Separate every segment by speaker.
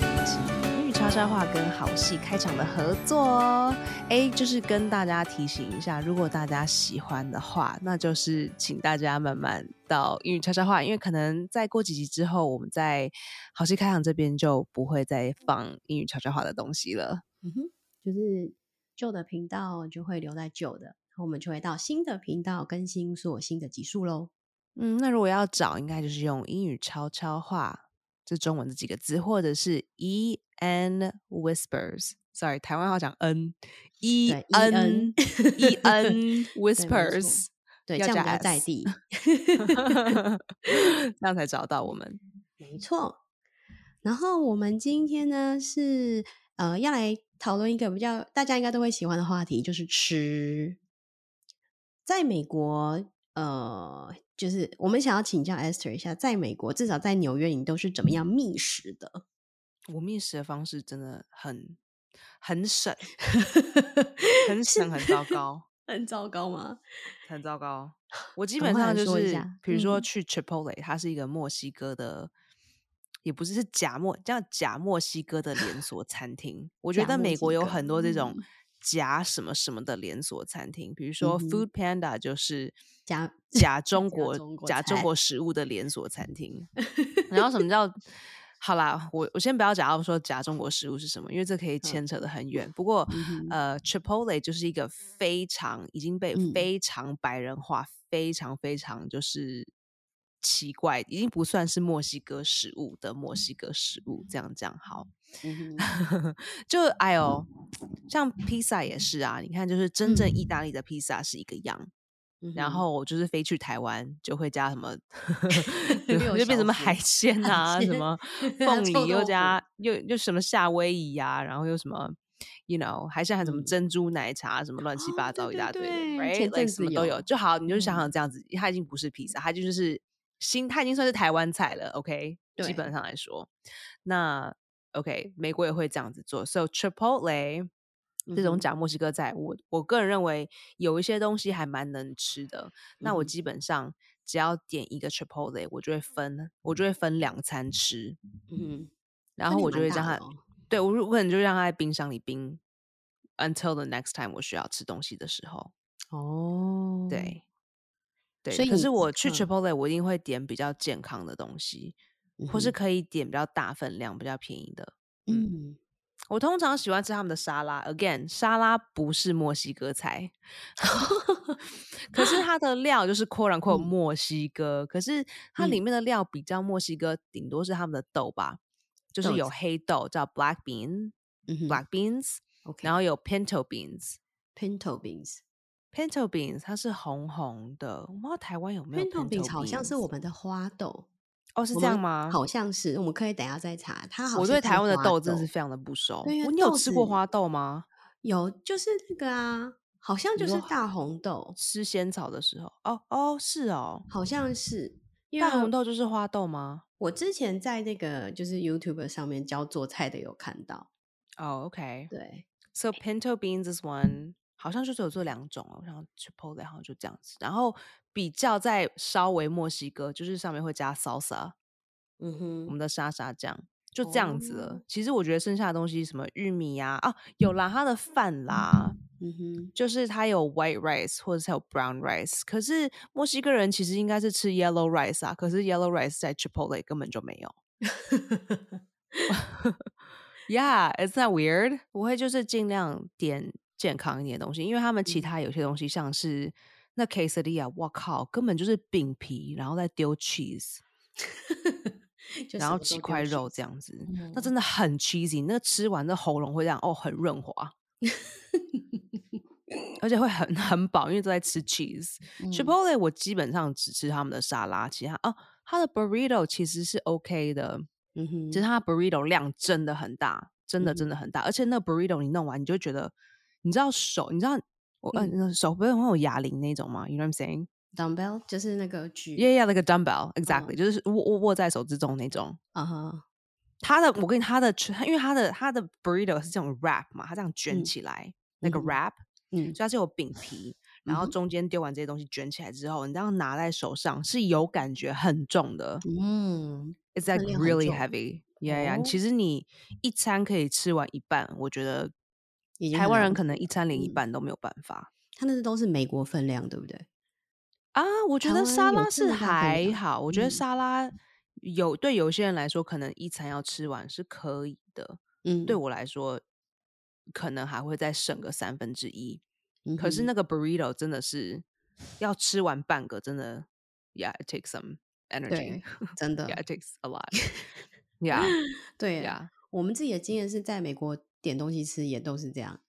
Speaker 1: 的一集英语悄悄话跟好戏开场的合作哦。哎，就是跟大家提醒一下，如果大家喜欢的话，那就是请大家慢慢到英语悄悄话，因为可能再过几集之后，我们在好戏开场这边就不会再放英语悄悄话的东西了。
Speaker 2: 嗯哼，就是旧的频道就会留在旧的，然后我们就会到新的频道更新所有新的集数喽。
Speaker 1: 嗯，那如果要找，应该就是用英语悄悄话，这中文这几个字，或者是 E N Whispers。Sorry，台湾话讲 N E
Speaker 2: 对
Speaker 1: N E N
Speaker 2: 错
Speaker 1: Whispers，
Speaker 2: 对，
Speaker 1: 要
Speaker 2: 这样比
Speaker 1: 加
Speaker 2: 较在
Speaker 1: S
Speaker 2: 地。
Speaker 1: 这样才找到我们。
Speaker 2: 没错。然后我们今天呢是呃要来讨论一个比较大家应该都会喜欢的话题，就是吃。在美国，呃，就是我们想要请教 Esther 一下，在美国至少在纽约，你都是怎么样觅食的？
Speaker 1: 我觅食的方式真的很很省， 很省，很糟糕。
Speaker 2: 很糟糕吗？
Speaker 1: 很糟糕。我基
Speaker 2: 赶
Speaker 1: 本
Speaker 2: 快
Speaker 1: 上
Speaker 2: 来
Speaker 1: 就
Speaker 2: 说一
Speaker 1: 是
Speaker 2: 下，
Speaker 1: 比如说
Speaker 2: 嗯
Speaker 1: 去 Chipotle，、它是一个墨西哥的，也不是是假墨，叫假墨西哥的连 锁餐厅。我觉
Speaker 2: 假
Speaker 1: 得
Speaker 2: 墨
Speaker 1: 美
Speaker 2: 西
Speaker 1: 国有
Speaker 2: 哥
Speaker 1: 很多这种
Speaker 2: 嗯
Speaker 1: 假什么什么的连锁餐厅，比如说
Speaker 2: 嗯哼
Speaker 1: Food Panda 就是
Speaker 2: 假
Speaker 1: 假中
Speaker 2: 假
Speaker 1: 国
Speaker 2: 中国
Speaker 1: 假中
Speaker 2: 菜
Speaker 1: 国食物的连锁餐 厅。然后什么叫？好啦，我我先不要讲到说假中国食物是什么，因为这可以牵扯的很远。不过，
Speaker 2: 嗯哼
Speaker 1: 呃，Chipotle 就是一个非常已经被
Speaker 2: 嗯
Speaker 1: 非常白人化、非常非常就是奇怪，已经不算是墨西哥食物的墨西哥食物。这样讲好，
Speaker 2: 嗯哼
Speaker 1: 就哎呦，像披萨也是啊，你看，就是真正意大利的披萨是一个样，
Speaker 2: 嗯
Speaker 1: 然
Speaker 2: 哼，
Speaker 1: 后我就是飞去台湾就会加什么对
Speaker 2: 六
Speaker 1: 就变
Speaker 2: 小
Speaker 1: 什么
Speaker 2: 时
Speaker 1: 海鲜
Speaker 2: 海
Speaker 1: 啊，什
Speaker 2: 鲜
Speaker 1: 么
Speaker 2: 还有
Speaker 1: 凤梨
Speaker 2: 臭豆
Speaker 1: 又
Speaker 2: 腐
Speaker 1: 加又又什么夏威夷啊，然后又什么，you know，还像还什么
Speaker 2: 嗯
Speaker 1: 珍珠奶茶什么乱七
Speaker 2: 哦
Speaker 1: 八
Speaker 2: 对
Speaker 1: 糟一
Speaker 2: 对
Speaker 1: 大堆的
Speaker 2: 对前
Speaker 1: ，right？
Speaker 2: 阵
Speaker 1: like 什
Speaker 2: 子
Speaker 1: 么都有，
Speaker 2: 有
Speaker 1: 就好，你就想
Speaker 2: 嗯
Speaker 1: 想这样子，它已经不是披萨，它就是新，它已经算是台湾菜了，OK？基
Speaker 2: 对
Speaker 1: 本上来说，那 OK，美国也会这样子做。So Chipotle 这
Speaker 2: 嗯
Speaker 1: 种
Speaker 2: 哼
Speaker 1: 假墨西哥菜，我我个人认为有一些东西还蛮能吃的。那我
Speaker 2: 嗯哼
Speaker 1: 基本上只要点一个 Chipotle，我就会分，我就会分两餐吃，
Speaker 2: 嗯哼，
Speaker 1: 然
Speaker 2: 那
Speaker 1: 后
Speaker 2: 你
Speaker 1: 我就
Speaker 2: 蛮
Speaker 1: 会
Speaker 2: 大
Speaker 1: 让
Speaker 2: 的
Speaker 1: 它，
Speaker 2: 哦
Speaker 1: 对我就我可能就让它在冰箱里冰，until the next time 我需要吃东西的时候。
Speaker 2: 哦，
Speaker 1: 对，对。
Speaker 2: 所以
Speaker 1: 可
Speaker 2: 你
Speaker 1: 是我去
Speaker 2: 嗯
Speaker 1: Chipotle，我一定会点比较健康的东西，
Speaker 2: 嗯
Speaker 1: 或是
Speaker 2: 哼
Speaker 1: 可以点比较大份量、比较便宜的。嗯，
Speaker 2: 嗯，
Speaker 1: 我通常喜欢吃他们的沙拉。Again，沙拉不是墨西哥菜， 可是它的料就是 “quote u n q u o
Speaker 2: 嗯
Speaker 1: 墨西哥，可是它里
Speaker 2: 嗯
Speaker 1: 面的料比较墨西哥，顶多是他们的豆吧，就是
Speaker 2: 豆
Speaker 1: 有
Speaker 2: 子
Speaker 1: 黑豆叫 black bean、
Speaker 2: 嗯哼
Speaker 1: black beans，
Speaker 2: ，OK，
Speaker 1: 然后有 pinto beans。
Speaker 2: pinto beans。
Speaker 1: Pinto beans 它是红红的，我不知道台湾有没有
Speaker 2: Pinto
Speaker 1: pinto
Speaker 2: beans 好像是
Speaker 1: beans
Speaker 2: 我们的花豆，
Speaker 1: 哦，是
Speaker 2: 我
Speaker 1: 这样
Speaker 2: 们
Speaker 1: 吗？
Speaker 2: 好像是，我们可以等一下再查。它好
Speaker 1: 我对
Speaker 2: 像是
Speaker 1: 台湾的
Speaker 2: 花
Speaker 1: 豆真的
Speaker 2: 豆
Speaker 1: 是非常的不熟。
Speaker 2: 对呀
Speaker 1: 我你有
Speaker 2: 豆
Speaker 1: 吃过
Speaker 2: 子
Speaker 1: 花豆吗？
Speaker 2: 有，就是那个啊，好像
Speaker 1: 你
Speaker 2: 就
Speaker 1: 说
Speaker 2: 是大红豆，
Speaker 1: 吃仙草的时候，哦哦，是哦，
Speaker 2: 好像是。因为
Speaker 1: 大红豆就是花豆吗？
Speaker 2: 我之前在那个就是 YouTube 上面教做菜的有看到，
Speaker 1: 哦，OK、o k
Speaker 2: 对，
Speaker 1: So pinto beans is one，好像就只有这两种哦，然后 chipotle 好像就这样子。然后比较在稍微墨西哥，就是上面会加 salsa，
Speaker 2: 嗯
Speaker 1: 我
Speaker 2: 哼，
Speaker 1: 们的沙沙酱，就这样子了
Speaker 2: 哦。
Speaker 1: 其实我觉得剩下的东西，什么玉米呀、啊，有啦，它的饭啦，
Speaker 2: 嗯哼，
Speaker 1: 就是它有 white rice 或者是有 brown rice，可是墨西哥人其实应该是吃 yellow rice 啊，可是 yellow rice 在 Chipotle 根本就没有。Yeah, is that weird？我会就是尽量点健康一点的东西，因为他们其
Speaker 2: 嗯
Speaker 1: 他有些东西像是那 quesadilla，我靠，根本就是饼皮，然后再丢 cheese，
Speaker 2: 就
Speaker 1: 然
Speaker 2: 什
Speaker 1: 后
Speaker 2: 么都
Speaker 1: 几
Speaker 2: 丢
Speaker 1: 块
Speaker 2: 进
Speaker 1: 肉
Speaker 2: 去
Speaker 1: 这样子，那
Speaker 2: 嗯
Speaker 1: 真的很 cheesy，那吃完那喉咙会这样哦，很润滑。 而且会很很饱，因为都在吃 cheese。
Speaker 2: 嗯
Speaker 1: Chipotle 我基本上只吃他们的沙拉，其他哦，它的 burrito 其实是 OK 的，
Speaker 2: 嗯哼，
Speaker 1: 只是它 burrito 量真的很大，真的
Speaker 2: 嗯哼
Speaker 1: 真的很大。而且那 burrito 你弄完，你就觉得，你知道手，你知道我
Speaker 2: 嗯
Speaker 1: 嗯、手不是会有哑铃那种吗？You know what I'm saying?
Speaker 2: dumbbell 就是那个举
Speaker 1: Yeah, yeah, like a dumbbell, exactly，、
Speaker 2: 嗯
Speaker 1: 就是握握握在手之中那种。
Speaker 2: 啊哈，
Speaker 1: 它的我跟你它的，因为它的它的 burrito 是这种 wrap 嘛，它这样卷
Speaker 2: 嗯
Speaker 1: 起来、那个
Speaker 2: 嗯哼
Speaker 1: wrap，
Speaker 2: 嗯
Speaker 1: 所以它是有饼皮，然后
Speaker 2: 嗯哼
Speaker 1: 中间丢完这些东西卷起来之后，你这样拿在手上是有感觉很重的
Speaker 2: 嗯，
Speaker 1: ，It's
Speaker 2: 那
Speaker 1: like
Speaker 2: 量很
Speaker 1: really
Speaker 2: 重
Speaker 1: heavy。呀呀，
Speaker 2: 哦
Speaker 1: 其实你一餐可以吃完一半，我觉得
Speaker 2: 已经
Speaker 1: 台
Speaker 2: 很
Speaker 1: 湾
Speaker 2: 了
Speaker 1: 人
Speaker 2: 不
Speaker 1: 可能一餐连一
Speaker 2: 嗯
Speaker 1: 半都没有办法。
Speaker 2: 它那都是美国分量，对不对？
Speaker 1: 啊，我觉
Speaker 2: 台
Speaker 1: 得
Speaker 2: 湾
Speaker 1: 沙
Speaker 2: 有
Speaker 1: 拉
Speaker 2: 这
Speaker 1: 是
Speaker 2: 么大份
Speaker 1: 还
Speaker 2: 量
Speaker 1: 好，我觉得
Speaker 2: 嗯
Speaker 1: 沙拉有对有些人来说，可能一餐要吃完是可以的。
Speaker 2: 嗯，
Speaker 1: 对我来说，可能还会再省个三分之一。
Speaker 2: 嗯
Speaker 1: 可是
Speaker 2: 哼
Speaker 1: 那个 burrito 真的是要吃完半个，真的，yeah，it takes some energy，yeah，it
Speaker 2: 对，嗯真的
Speaker 1: takes a lot，yeah，yeah，
Speaker 2: 对我们自己的经验是在美国点东西吃也都是这样，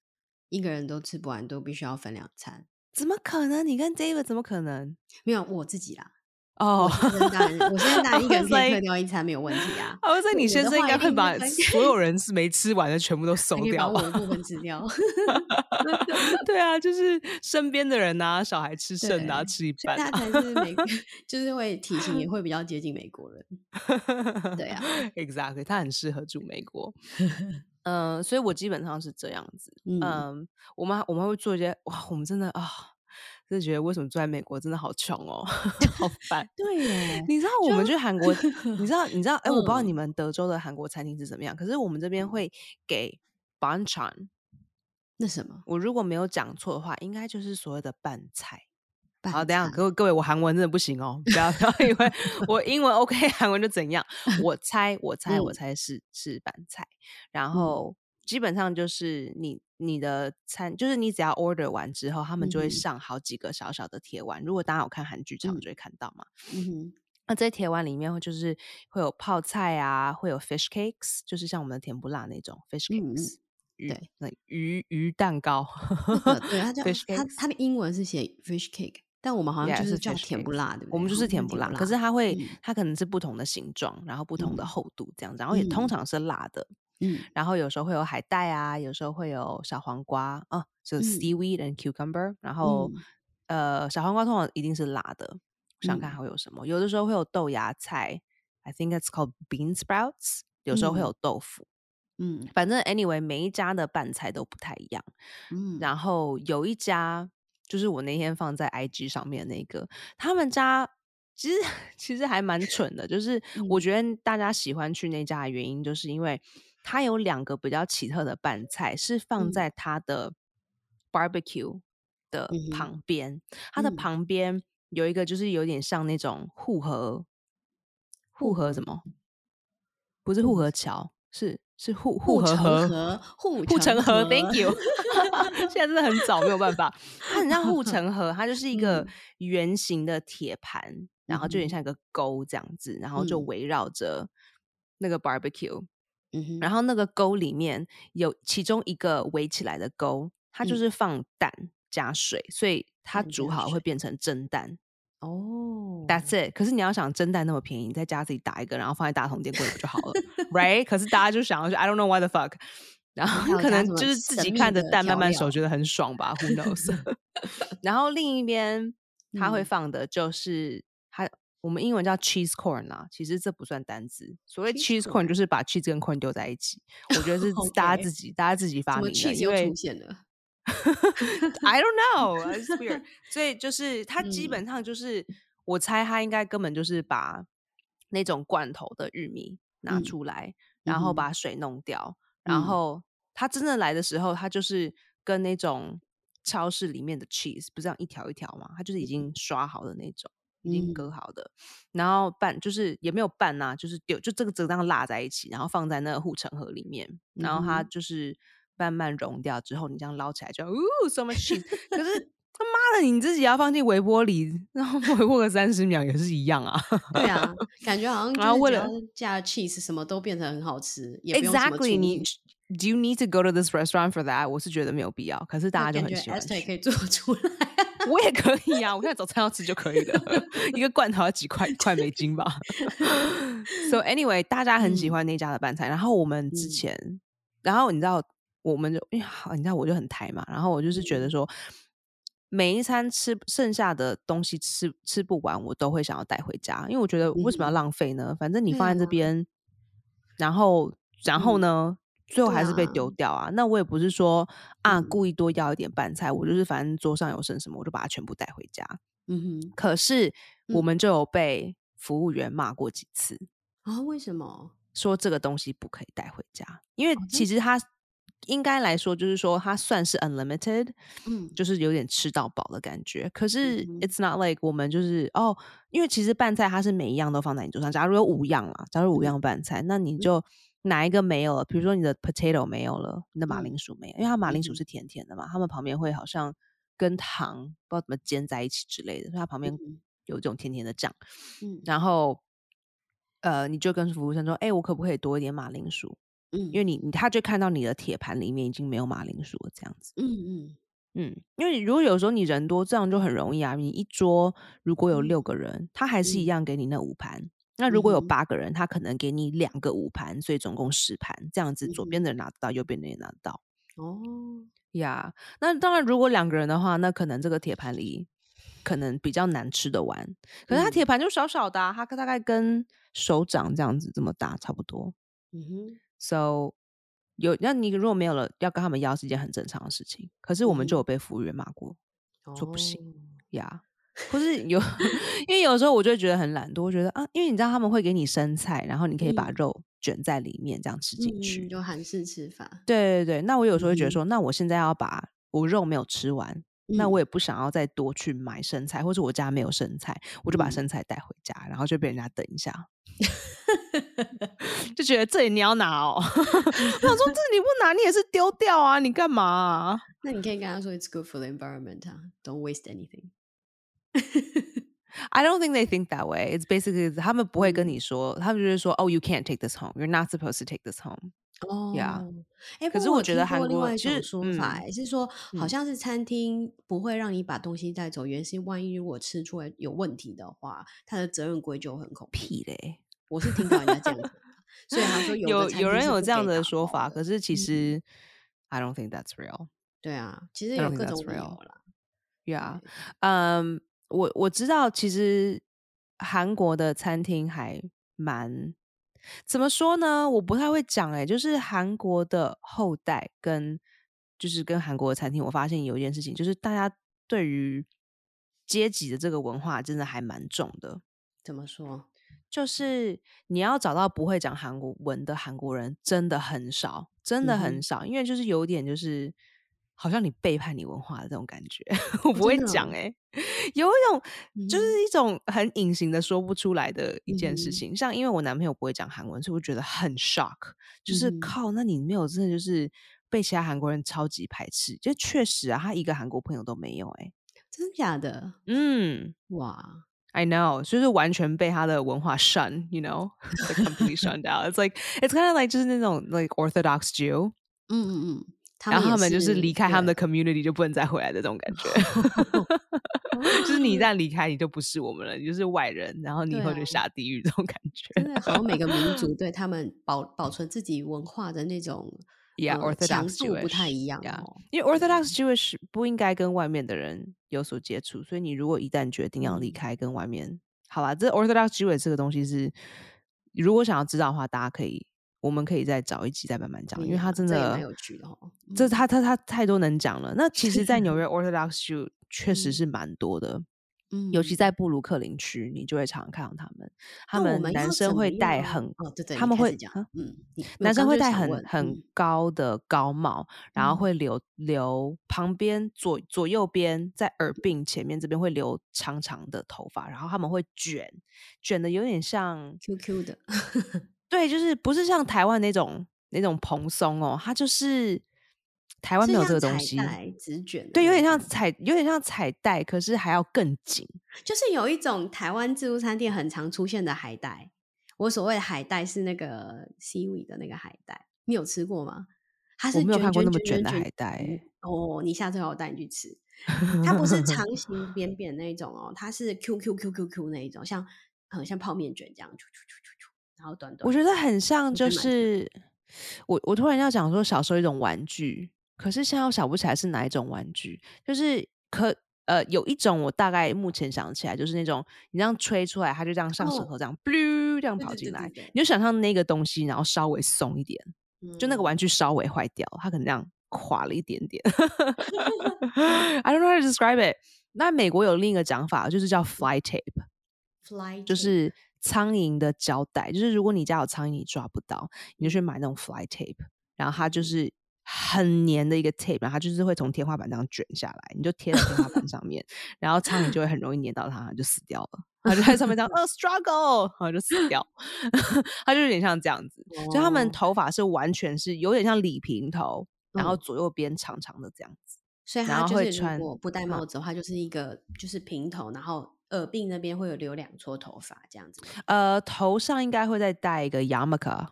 Speaker 2: 一个人都吃不完，都必须要分两餐。
Speaker 1: 怎么可能？你跟 David 怎么可能？
Speaker 2: 没有我自己啦，
Speaker 1: 哦、
Speaker 2: 我先生 当然，我先生当
Speaker 1: I
Speaker 2: 然一个人
Speaker 1: was
Speaker 2: 可以
Speaker 1: like-
Speaker 2: 克掉一餐没有问题啊。
Speaker 1: 我在
Speaker 2: 对
Speaker 1: 你
Speaker 2: 我
Speaker 1: 先
Speaker 2: 的
Speaker 1: 生应
Speaker 2: 话一
Speaker 1: 该会
Speaker 2: 定
Speaker 1: 把
Speaker 2: 是分
Speaker 1: 所有人是没吃完的全 部都
Speaker 2: 还
Speaker 1: 收
Speaker 2: 可以把
Speaker 1: 掉
Speaker 2: 我
Speaker 1: 吧？
Speaker 2: 的部 分吃掉。
Speaker 1: 对啊，就是身边的人啊，小孩吃剩的、啊、
Speaker 2: 对，
Speaker 1: 吃一
Speaker 2: 所以
Speaker 1: 半、
Speaker 2: 他
Speaker 1: 啊。
Speaker 2: 才是美，就是会体型也会比较接近美国人。对啊
Speaker 1: ，exactly，他很适合住美国。 嗯、所以我基本上是这样子。嗯、
Speaker 2: 嗯，
Speaker 1: 我们还我们还会做一些哇，我们真的啊，真的觉得为什么住在美国真的好穷哦， 好烦。
Speaker 2: 对耶，
Speaker 1: 你知道我们去 韩国，你知道你知道哎、我不知道
Speaker 2: 嗯
Speaker 1: 你们德州的韩国餐厅是怎么样，可是我们这边会给 banchan，
Speaker 2: 那什么
Speaker 1: 我如果没有讲错的话，应该就是所谓的拌菜。
Speaker 2: 拌
Speaker 1: 好，等一下
Speaker 2: 菜
Speaker 1: 各位各位，我韩文真的不行哦，不要不要以为我英文 OK，韩 文就怎样。我猜，我猜，我
Speaker 2: 嗯
Speaker 1: 猜是是拌菜，然
Speaker 2: 嗯
Speaker 1: 后基本上就是你你的餐，就是你只要 order 完之后，他们
Speaker 2: 嗯
Speaker 1: 就会
Speaker 2: 哼
Speaker 1: 上好几个小小的铁碗。如果大家有看韩剧场，
Speaker 2: 嗯
Speaker 1: 就会看到嘛。
Speaker 2: 嗯哼，
Speaker 1: 那这些铁碗里面会就是会有泡菜啊，会有 fish cakes，就是像我们的甜不辣那种 fish
Speaker 2: 嗯嗯
Speaker 1: cakes，、鱼
Speaker 2: 对
Speaker 1: 那鱼鱼蛋糕
Speaker 2: 那个对，它叫
Speaker 1: fish
Speaker 2: 它
Speaker 1: cakes，
Speaker 2: 它的英文是写 fish cake，但我们好像
Speaker 1: Yeah，
Speaker 2: 就是是叫
Speaker 1: fish
Speaker 2: 甜不
Speaker 1: cakes
Speaker 2: 辣，对不对？
Speaker 1: 我们就
Speaker 2: 好
Speaker 1: 是
Speaker 2: 像
Speaker 1: 哦甜
Speaker 2: 叫
Speaker 1: 不
Speaker 2: 甜
Speaker 1: 辣，
Speaker 2: 不
Speaker 1: 可
Speaker 2: 辣。
Speaker 1: 是它会
Speaker 2: 嗯
Speaker 1: 它可能是不同的形状，然后不同的
Speaker 2: 嗯
Speaker 1: 厚度这样子，然后也通
Speaker 2: 嗯
Speaker 1: 常是辣的，
Speaker 2: 嗯
Speaker 1: 然后有时候会有海带啊，有时候会有小黄瓜啊，就
Speaker 2: 嗯
Speaker 1: seaweed and cucumber，然后
Speaker 2: 嗯
Speaker 1: 呃小黄瓜通常一定是辣的，我想看还
Speaker 2: 嗯
Speaker 1: 会有什么，有的时候会有豆芽菜，I think it's called bean sprouts，有时候会
Speaker 2: 嗯
Speaker 1: 有豆腐，
Speaker 2: 嗯
Speaker 1: 反正 anyway 每一家的拌菜都不太一样。
Speaker 2: 嗯
Speaker 1: 然后有一家就是我那天放在 IG 上面那个，他们家其实 其实还蛮蠢的，就是我
Speaker 2: 嗯
Speaker 1: 觉得大家喜欢去那家的原因，就是因为它有两个比较奇特的拌菜是放
Speaker 2: 嗯
Speaker 1: 在它的 barbecue 的
Speaker 2: 嗯哼
Speaker 1: 旁边，它的
Speaker 2: 嗯，
Speaker 1: 旁边有一个就是有点像那种护河护
Speaker 2: 护
Speaker 1: 河
Speaker 2: 河
Speaker 1: 什么，不是护
Speaker 2: 护
Speaker 1: 河桥，是是护护
Speaker 2: 护
Speaker 1: 河
Speaker 2: 城
Speaker 1: 河。
Speaker 2: 河护
Speaker 1: 护城
Speaker 2: 城
Speaker 1: 河
Speaker 2: 河，
Speaker 1: ，Thank you。现在真的很早，没有办法。 它很像护 城河，它就是一个
Speaker 2: 嗯
Speaker 1: 圆形的铁盘，然
Speaker 2: 嗯
Speaker 1: 后就有点
Speaker 2: 哼
Speaker 1: 像一个钩这样子，然后就
Speaker 2: 嗯
Speaker 1: 围绕着那个 barbecue，
Speaker 2: 嗯哼
Speaker 1: 然后那个钩里面有其中一个围起来的钩，它就
Speaker 2: 嗯
Speaker 1: 是放蛋加水，所以它
Speaker 2: 蛋
Speaker 1: 煮
Speaker 2: 加
Speaker 1: 好会
Speaker 2: 水
Speaker 1: 变成蒸蛋。
Speaker 2: 哦，
Speaker 1: That's it。可是你要想蒸蛋那么便宜，你在家自己打一个，然后放在大铜电锅里不就好了，right？可是大家就想要去，I don't know why the fuck。然
Speaker 2: 然后
Speaker 1: 后
Speaker 2: 还有
Speaker 1: 可
Speaker 2: 加
Speaker 1: 能
Speaker 2: 什么
Speaker 1: 就是自
Speaker 2: 神
Speaker 1: 己
Speaker 2: 秘
Speaker 1: 看着
Speaker 2: 的
Speaker 1: 蛋慢
Speaker 2: 调
Speaker 1: 慢
Speaker 2: 料，
Speaker 1: 熟，觉得很爽吧？Who knows？然 后另一 边他会
Speaker 2: 嗯
Speaker 1: 放的就是它，我们英文叫 cheese corn 啦、其实这不算单字，所谓
Speaker 2: ，cheese
Speaker 1: cheese corn 就是把 cheese 跟 corn 丢在一起。我觉得 是大家自
Speaker 2: ，OK，
Speaker 1: 己大家自己
Speaker 2: 怎
Speaker 1: 发
Speaker 2: 么
Speaker 1: 明的，
Speaker 2: cheese
Speaker 1: 因
Speaker 2: 又
Speaker 1: 为
Speaker 2: 出现了？
Speaker 1: I don't know. It's weird. 所以就是它基
Speaker 2: 嗯
Speaker 1: 本上就是，我猜它应该根本就是把那种罐头的玉米拿
Speaker 2: 嗯
Speaker 1: 出来，
Speaker 2: 嗯
Speaker 1: 然后
Speaker 2: 哼
Speaker 1: 把水弄掉，然
Speaker 2: 嗯
Speaker 1: 后它真的来的时候，它就是跟那种超市里面的 cheese 不是这样一条一条嘛，它就是已经刷好的那种。已经
Speaker 2: 嗯
Speaker 1: 割好的，然后拌就是也没有拌呐、就是丢就这个整张辣在一起，然后放在那个护城河里面，
Speaker 2: 嗯
Speaker 1: 然后它
Speaker 2: 哼。
Speaker 1: 就是慢慢溶掉之后，你这样捞起来就哦 so much cheese。可是他妈的，你自己要放进微波里，然后微波个三十秒也是一样啊。
Speaker 2: 对啊，感觉好像
Speaker 1: 然
Speaker 2: 就
Speaker 1: 后
Speaker 2: 是
Speaker 1: 为
Speaker 2: 只要
Speaker 1: 了
Speaker 2: 是加了 cheese，什么都变得很好吃， 也不用什
Speaker 1: exactly
Speaker 2: 么厨
Speaker 1: 你
Speaker 2: 艺。
Speaker 1: do you need to go to this restaurant for that？我是觉得没有必要，可是大家
Speaker 2: 那
Speaker 1: 就
Speaker 2: 感
Speaker 1: 很
Speaker 2: 觉
Speaker 1: 喜
Speaker 2: e
Speaker 1: 欢
Speaker 2: s t e 也
Speaker 1: 去。
Speaker 2: 可以做出来。
Speaker 1: 我也可以啊，我现在早餐要吃就可以了， 一个罐头要几块块美金吧。so anyway，大家很喜
Speaker 2: 嗯
Speaker 1: 欢那家的拌菜。然后我们之
Speaker 2: 嗯
Speaker 1: 前，然后你知道，我们就因为好你知道我就很抬嘛，然后我就是觉得
Speaker 2: 嗯
Speaker 1: 说，每一餐吃剩下的东西吃吃不完，我都会想要带回家，因为我觉得
Speaker 2: 嗯
Speaker 1: 为什么要
Speaker 2: 哼，
Speaker 1: 浪费呢？反正你
Speaker 2: 对
Speaker 1: 放
Speaker 2: 啊，
Speaker 1: 在这边，然后然后
Speaker 2: 嗯，
Speaker 1: 呢，最后
Speaker 2: 对
Speaker 1: 还是被
Speaker 2: 啊，
Speaker 1: 丢掉啊。那我也不是说啊
Speaker 2: 嗯
Speaker 1: 故意多要一点拌菜，我就是反正桌上有剩什么，我就把它全部带回家。
Speaker 2: 嗯哼，
Speaker 1: 可是我
Speaker 2: 嗯
Speaker 1: 们就有被服务员骂过几次，
Speaker 2: 啊，为什么？
Speaker 1: 说这个东西不可以带回家，因
Speaker 2: 哦
Speaker 1: 为其实它应该来说就是说它算是 unlimited，
Speaker 2: 嗯
Speaker 1: 就是有点吃到饱的感觉。可是
Speaker 2: 嗯哼
Speaker 1: it's not like 我们就是哦，因为其实拌菜它是每一样都放在你桌上。假如有五样啦，假如
Speaker 2: 嗯
Speaker 1: 五样拌菜，那你就哪一个没有了？比如说你的 potato 没有了，你的马
Speaker 2: 嗯
Speaker 1: 铃薯没有，因为它马铃薯
Speaker 2: 嗯
Speaker 1: 是甜甜的嘛，它们旁边会好像跟糖不知道怎么煎在一起之类的，所以它旁边
Speaker 2: 嗯
Speaker 1: 有这种甜甜的酱。
Speaker 2: 嗯
Speaker 1: 然后呃，你就跟服务生说，哎、我可不可以多一点马铃薯？
Speaker 2: 嗯
Speaker 1: 因为你你他就看到你的铁盘里面已经没有马铃薯了，这样子。
Speaker 2: 嗯嗯
Speaker 1: 嗯，因为如果有时候你人多，这样就很容易啊。你一桌如果有
Speaker 2: 嗯
Speaker 1: 六个人，他还是一
Speaker 2: 嗯
Speaker 1: 样给你那五盘。那如果有
Speaker 2: 嗯哼
Speaker 1: 八个人，他可能给你两个五盘，所以总共十盘。这样子，
Speaker 2: 嗯
Speaker 1: 左
Speaker 2: 哼
Speaker 1: 边的人拿得到，右边的人也拿得到。
Speaker 2: 哦，
Speaker 1: 呀那当然，如果两个人的话，那可能这个铁盘里可能比较难吃得完。可是它
Speaker 2: 嗯
Speaker 1: 铁盘就小小的、啊，它大概跟手掌这样子这么大，差不多。
Speaker 2: 嗯哼
Speaker 1: So 有，那你如果没有了，要跟他们要是一件很正常的事情。可是我们就
Speaker 2: 嗯哼
Speaker 1: 有被服务员骂过说不行
Speaker 2: 哦
Speaker 1: 呀或是有， 因为有时候我就会觉得很懒惰，我觉得啊，因为你知道他们会给你生菜，然后你可以把
Speaker 2: 嗯
Speaker 1: 肉卷在里面这样吃进
Speaker 2: 嗯
Speaker 1: 去。
Speaker 2: 就韩式吃法，
Speaker 1: 对对对，那我有时候会觉得
Speaker 2: 嗯
Speaker 1: 说，那我现在要把我肉没有吃完，那
Speaker 2: 嗯
Speaker 1: 我也不想要再多去买生菜，或者我家没有生菜，我就把
Speaker 2: 嗯
Speaker 1: 生菜带回家，然后就被人家等一 下，就觉得这里你要拿哦。我想 说，这你不拿你也是丢掉啊，你干嘛啊、
Speaker 2: 那你可以跟他说 "It's good for the environment" 啊，Don't waste anything。
Speaker 1: I don't think they think that way. It's basically 他们不会跟
Speaker 2: 嗯
Speaker 1: 你说，他们就会说，Oh, you can't take this home. You're not supposed to take this home.
Speaker 2: 哦
Speaker 1: Yeah，
Speaker 2: 哎，
Speaker 1: 可
Speaker 2: 不
Speaker 1: 是
Speaker 2: 过
Speaker 1: 我
Speaker 2: 我
Speaker 1: 觉
Speaker 2: 听
Speaker 1: 得
Speaker 2: 过
Speaker 1: 韩
Speaker 2: 另
Speaker 1: 国
Speaker 2: 外一
Speaker 1: 就
Speaker 2: 种
Speaker 1: 是
Speaker 2: 说法，
Speaker 1: 嗯
Speaker 2: 诶是说好
Speaker 1: 嗯
Speaker 2: 像是餐厅不会让你把东西带走，原因是万一如果吃出来有问题的话，他的责任归咎很恐怖。
Speaker 1: 屁嘞！
Speaker 2: 我是听到人家这样讲的，所以他说有的
Speaker 1: 有
Speaker 2: 餐
Speaker 1: 有
Speaker 2: 厅
Speaker 1: 人
Speaker 2: 是
Speaker 1: 有
Speaker 2: 不
Speaker 1: 这样
Speaker 2: 给
Speaker 1: 的
Speaker 2: 打
Speaker 1: 说
Speaker 2: 包
Speaker 1: 法，
Speaker 2: 的，
Speaker 1: 可是其
Speaker 2: 嗯
Speaker 1: 实、I don't think that's real.
Speaker 2: 对啊，其实
Speaker 1: I
Speaker 2: 有
Speaker 1: don't think
Speaker 2: 各
Speaker 1: that's
Speaker 2: 种理由
Speaker 1: real.
Speaker 2: 啦。
Speaker 1: Yeah，
Speaker 2: 对，
Speaker 1: 嗯、我我知道，其实韩国的餐厅还蛮怎么说呢？我不太会讲哎、就是韩国的后代跟就是跟韩国的餐厅，我发现有一件事情，就是大家对于阶级的这个文化真的还蛮重的。
Speaker 2: 怎么说？
Speaker 1: 就是你要找到不会讲韩国文的韩国人，真的很少，真的
Speaker 2: 嗯
Speaker 1: 很
Speaker 2: 哼
Speaker 1: 少，因为就是有点就是好像你背叛你文化的这种感觉。我
Speaker 2: 哦
Speaker 1: 不会
Speaker 2: 真的
Speaker 1: 讲
Speaker 2: 哦，
Speaker 1: 哎、有一种
Speaker 2: 嗯
Speaker 1: 就是
Speaker 2: 哼
Speaker 1: 一种很隐形的说不出来的一
Speaker 2: 嗯
Speaker 1: 件事
Speaker 2: 哼，
Speaker 1: 情。像因为我男朋友不会讲韩文，所以我觉得很 shock，就是
Speaker 2: 嗯
Speaker 1: 靠，那你没有真的就是被其他韩国人超级排斥，就确实啊，他一个韩国朋友都没有哎、
Speaker 2: 哼，真假的？
Speaker 1: 嗯。
Speaker 2: 哇，
Speaker 1: I know，就是完全被他的文化 shun，you know，like completely shunned out. It's like it's kind of like 就是那种 like Orthodox Jew，
Speaker 2: 嗯嗯嗯，他
Speaker 1: 然
Speaker 2: 们
Speaker 1: 后他
Speaker 2: 也
Speaker 1: 们就是离
Speaker 2: 是
Speaker 1: 开他们
Speaker 2: 对，
Speaker 1: 的 community 就不能再回来的这种感觉， 就是你一旦离开，你就不是我们了，你就是外人，然后你以
Speaker 2: 对
Speaker 1: 后
Speaker 2: 啊，
Speaker 1: 就下地狱这种感觉。
Speaker 2: 真的好像每个民族对他们保保存自己文化的那种
Speaker 1: yeah,
Speaker 2: 呃强
Speaker 1: Orthodox
Speaker 2: 度不太
Speaker 1: Jewish.
Speaker 2: 一样
Speaker 1: Yeah，
Speaker 2: 哦。
Speaker 1: 因为 Orthodox Jewish 不应该跟外面的人有所接触，所以你如果一旦决定要离
Speaker 2: 嗯
Speaker 1: 开跟外面，好啦，这 Orthodox Jewish 这个东西是，如果想要知道的话，大家可以，我们可以再找一集再慢慢讲，因为它
Speaker 2: ，Yeah，
Speaker 1: 真
Speaker 2: 嗯这也蛮
Speaker 1: 的，
Speaker 2: 有趣的哦。
Speaker 1: 这
Speaker 2: 嗯
Speaker 1: 它它它太多能讲了。那其实，在 纽约 Orthodox Jew 确实是
Speaker 2: 嗯
Speaker 1: 蛮多的，尤其
Speaker 2: 嗯，
Speaker 1: 在布鲁克林区，你就会常常看到他们，他
Speaker 2: 那我
Speaker 1: 们
Speaker 2: 们
Speaker 1: 男
Speaker 2: 要
Speaker 1: 生
Speaker 2: 怎么
Speaker 1: 会
Speaker 2: 样？
Speaker 1: 戴很，
Speaker 2: 哦，对对，
Speaker 1: 他
Speaker 2: 你
Speaker 1: 们
Speaker 2: 开
Speaker 1: 会
Speaker 2: 始讲。
Speaker 1: 啊。
Speaker 2: 嗯，你我
Speaker 1: 男生
Speaker 2: 刚
Speaker 1: 会
Speaker 2: 就
Speaker 1: 戴
Speaker 2: 是想
Speaker 1: 很
Speaker 2: 问，
Speaker 1: 很
Speaker 2: 嗯
Speaker 1: 高的高帽，然后
Speaker 2: 嗯
Speaker 1: 会留留旁边左左右边在耳鬓前面这边会留长长的头发，然后他们会卷卷的有点像，
Speaker 2: ，QQ 的，
Speaker 1: 对，就是不是像台湾那种那种蓬松哦，它就是台湾
Speaker 2: 是
Speaker 1: 没有这
Speaker 2: 像
Speaker 1: 个东
Speaker 2: 彩
Speaker 1: 西，
Speaker 2: 带纸卷的
Speaker 1: 对，有
Speaker 2: 那
Speaker 1: 点像
Speaker 2: 种，
Speaker 1: 彩有点像彩带，可是还要更紧。
Speaker 2: 就是有一种台湾自助餐店很常出现的海带。我所谓的海带是那个 seaweed 的那个海带，你有吃过吗？它
Speaker 1: 我
Speaker 2: 是
Speaker 1: 没有
Speaker 2: 卷
Speaker 1: 看过
Speaker 2: 卷
Speaker 1: 那么
Speaker 2: 卷
Speaker 1: 卷
Speaker 2: 卷
Speaker 1: 的
Speaker 2: 卷
Speaker 1: 海带、
Speaker 2: 嗯
Speaker 1: 欸，
Speaker 2: 哦，你下次要我带你去吃。它不 是长形扁扁那一种哦，它是 Q Q Q Q Q 那一种，像很像泡面卷这样，啾啾啾啾啾，然后短短
Speaker 1: 我觉
Speaker 2: 的，
Speaker 1: 得很像，
Speaker 2: 我
Speaker 1: 就
Speaker 2: 觉得蛮像。
Speaker 1: 是我我突然要讲说小时候一种玩具，可是现在我想不起来是哪一种玩具，就是可呃有一种我大概目前想起来就是那种你这样吹出来，它就这样上舌
Speaker 2: 哦，
Speaker 1: 头这样 biu 这样
Speaker 2: 对
Speaker 1: 跑
Speaker 2: 对
Speaker 1: 进
Speaker 2: 对对
Speaker 1: 来，
Speaker 2: 对，
Speaker 1: 你就想象那个东西，然后稍微松一点，就那个玩
Speaker 2: 嗯，
Speaker 1: 具稍微坏掉，它可能这样垮了一点 点。I don't know how to describe it。那美国有另一个讲法，就是叫 fly tape。
Speaker 2: fly
Speaker 1: 就
Speaker 2: tape，
Speaker 1: 是苍蝇的胶带，就是如果你家有苍蝇你抓不到，你就去买那种 fly tape，然后它就是很粘的一个 tape，然后它就是会从天花板上卷下来，你就贴在天花板上面，然后苍蝇就会很容易粘到它，它就死掉了。它就在上面这样，呃，struggle，然后就死掉。 它就有点像这样子，所以他们
Speaker 2: 哦
Speaker 1: 头发是完全是有点像理平头，然后
Speaker 2: 嗯
Speaker 1: 左右边长长的这样子。
Speaker 2: 所以
Speaker 1: 然
Speaker 2: 他
Speaker 1: 后
Speaker 2: 就
Speaker 1: 会
Speaker 2: 是如
Speaker 1: 穿
Speaker 2: 果不戴
Speaker 1: 嗯
Speaker 2: 帽子的话，就是一个就是平头，然后耳鬓那边会有留两撮头发这样子。
Speaker 1: 呃，头上应该会再戴一个 yarmulke，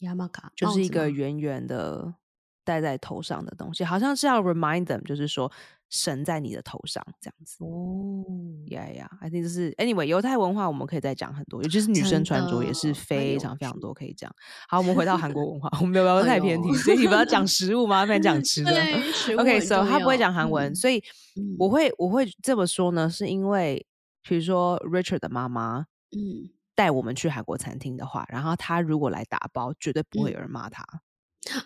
Speaker 2: 亚麻卡
Speaker 1: 就
Speaker 2: 帽
Speaker 1: 是一
Speaker 2: 子吗
Speaker 1: 个圆圆的戴在头上的东西，好像是要 remind them，就是说神在你的头上这样子。
Speaker 2: 哦，
Speaker 1: Yeah, yeah. I think 就是 anyway，犹太文化我们可以再讲很多，尤其是女生
Speaker 2: 真
Speaker 1: 穿着也是
Speaker 2: 的很
Speaker 1: 非
Speaker 2: 有
Speaker 1: 常非常
Speaker 2: 趣
Speaker 1: 多可以讲。好，我们回到韩国文化，我们不要
Speaker 2: 哎
Speaker 1: 太偏
Speaker 2: 呦
Speaker 1: 题，所以你不要讲食物嘛，不然讲吃的。
Speaker 2: 对，食物很
Speaker 1: OK，so、
Speaker 2: 重
Speaker 1: 他不会
Speaker 2: 要
Speaker 1: 讲韩文，
Speaker 2: 嗯
Speaker 1: 所以
Speaker 2: 嗯
Speaker 1: 我会我会这么说呢，是因为比如说 Richard 的妈妈
Speaker 2: 嗯，
Speaker 1: 带我们去韩国餐厅的话，然后他如果来打包，绝对不会
Speaker 2: 嗯
Speaker 1: 有人骂他，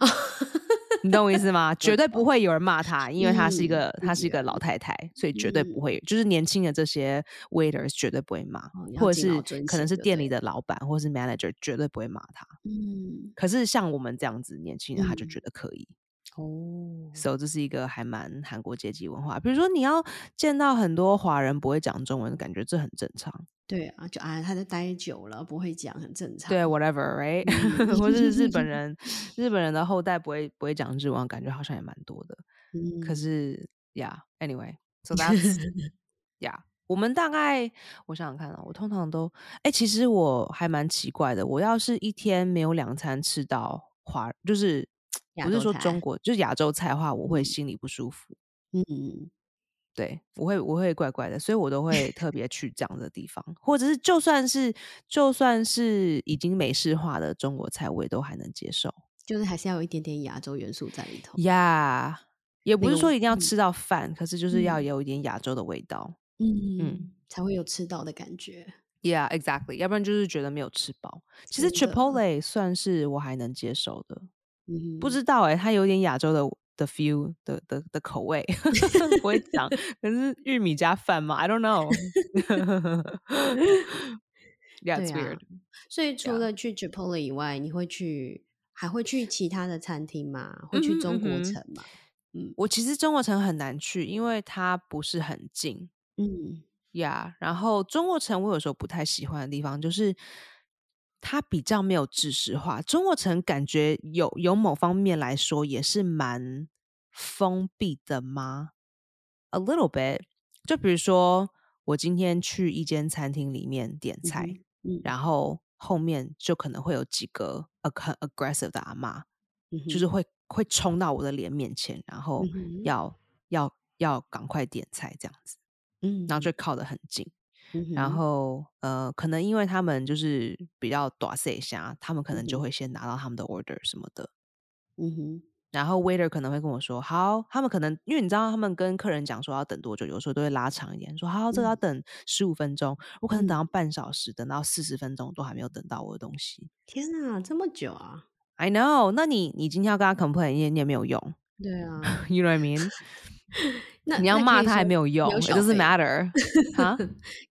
Speaker 2: 啊
Speaker 1: 你懂我意思吗？绝对不
Speaker 2: 懂
Speaker 1: 会有人骂他，因为他是一
Speaker 2: 嗯
Speaker 1: 个
Speaker 2: 不
Speaker 1: 他是一个
Speaker 2: 然
Speaker 1: 老太太，所以绝对不
Speaker 2: 嗯
Speaker 1: 会，就是年轻的这些 waiters 绝对不会骂，
Speaker 2: 哦要
Speaker 1: 或者
Speaker 2: 敬老
Speaker 1: 是
Speaker 2: 尊
Speaker 1: 可能
Speaker 2: 贤
Speaker 1: 是
Speaker 2: 就
Speaker 1: 店
Speaker 2: 对
Speaker 1: 里的老板或是 manager 绝对不会骂他。
Speaker 2: 嗯，
Speaker 1: 可是像我们这样子年轻人，他就
Speaker 2: 嗯
Speaker 1: 觉得可以。
Speaker 2: 哦，
Speaker 1: so 这是一个还蛮韩国阶级文化。比如说你要见到很多华人不会讲中文，感觉这很正常。
Speaker 2: 对啊，就啊，他在待久了不会讲，很正常。
Speaker 1: 对，whatever，right？、
Speaker 2: 嗯
Speaker 1: 或是日本 人，日本人的后代不会不会讲日文，感觉好像也蛮多的。
Speaker 2: 嗯，
Speaker 1: 可是，yeah，anyway，so that's yeah。我们大概我想想看啊，我通常都哎、其实我还蛮奇怪的。我要是一天没有两餐吃到华，就是
Speaker 2: 亚
Speaker 1: 不是
Speaker 2: 洲
Speaker 1: 说
Speaker 2: 菜
Speaker 1: 中国，就是亚洲菜的话，我会
Speaker 2: 嗯
Speaker 1: 心里不舒服。
Speaker 2: 嗯，
Speaker 1: 对，我会我会怪怪的，所以我都会特别去这样的地方，或者是就算是就算是已经美式化的中国菜，我也都还能接受。
Speaker 2: 就是还是要有一点点亚洲元素在里头。
Speaker 1: 呀、也不
Speaker 2: 那
Speaker 1: 是
Speaker 2: 个
Speaker 1: 说
Speaker 2: 味
Speaker 1: 一定要
Speaker 2: 嗯
Speaker 1: 吃到饭，可是就是要
Speaker 2: 嗯
Speaker 1: 有一点亚洲的味道。
Speaker 2: 嗯，才会有吃到的感觉。
Speaker 1: Yeah, exactly。要不然就是觉得没有吃饱。其实
Speaker 2: 真的
Speaker 1: Chipotle 算是我还能接受的，
Speaker 2: 嗯，
Speaker 1: 不知道哎、它有点亚洲的的 feel 的的的口味， 不会 讲。可是玉米加饭吗？I don't know 。Yeah,
Speaker 2: 对
Speaker 1: it's
Speaker 2: 啊
Speaker 1: weird.
Speaker 2: 所以除
Speaker 1: Yeah
Speaker 2: 了去 Chipotle 以外，你会去还会去其他的餐厅吗？会去
Speaker 1: 嗯哼
Speaker 2: 中国
Speaker 1: 嗯哼
Speaker 2: 城吗？嗯
Speaker 1: 我其实中国城很难去，因为它不是很近
Speaker 2: 嗯
Speaker 1: 呀。Yeah, 然后中国城我有时候不太喜欢的地方就是。它比较没有知识化，中国城感觉有有某方面来说也是蛮封闭的吗？A little bit，就比如说我今天去一间餐厅里面点
Speaker 2: 嗯
Speaker 1: 菜，
Speaker 2: 哼嗯
Speaker 1: 然后后面就可能会有几个 a- 很 aggressive 的阿妈，
Speaker 2: 嗯哼，
Speaker 1: 就是会会冲到我的脸面前，然后
Speaker 2: 嗯哼
Speaker 1: 要、要要赶快点菜这样子，
Speaker 2: 嗯，
Speaker 1: 然后就靠得很近。
Speaker 2: 嗯
Speaker 1: 然
Speaker 2: 哼
Speaker 1: 后呃，可能因为他们就是比较短视一下，他们可能就
Speaker 2: 嗯哼
Speaker 1: 会先拿到他们的 order 什么的。
Speaker 2: 嗯哼
Speaker 1: 然后 waiter 可能会跟我说，好，他们可能因为你知道，他们跟客人讲说要等多久，有时候都会拉长一点，说好，这个要
Speaker 2: 嗯
Speaker 1: 等十五分钟，我可能等
Speaker 2: 嗯
Speaker 1: 到半小时，等到四十分钟都还没有等到我的东西。
Speaker 2: 天啊，这么久啊！
Speaker 1: I know，那你你今天要跟他 complain，你也你也没有用
Speaker 2: 对啊，
Speaker 1: ，you know what I mean？
Speaker 2: 那
Speaker 1: 你要
Speaker 2: 那可
Speaker 1: 骂
Speaker 2: 以
Speaker 1: 他还
Speaker 2: 说
Speaker 1: 没有用
Speaker 2: 没有
Speaker 1: ，it
Speaker 2: 小
Speaker 1: doesn't
Speaker 2: 费吗
Speaker 1: matter 啊，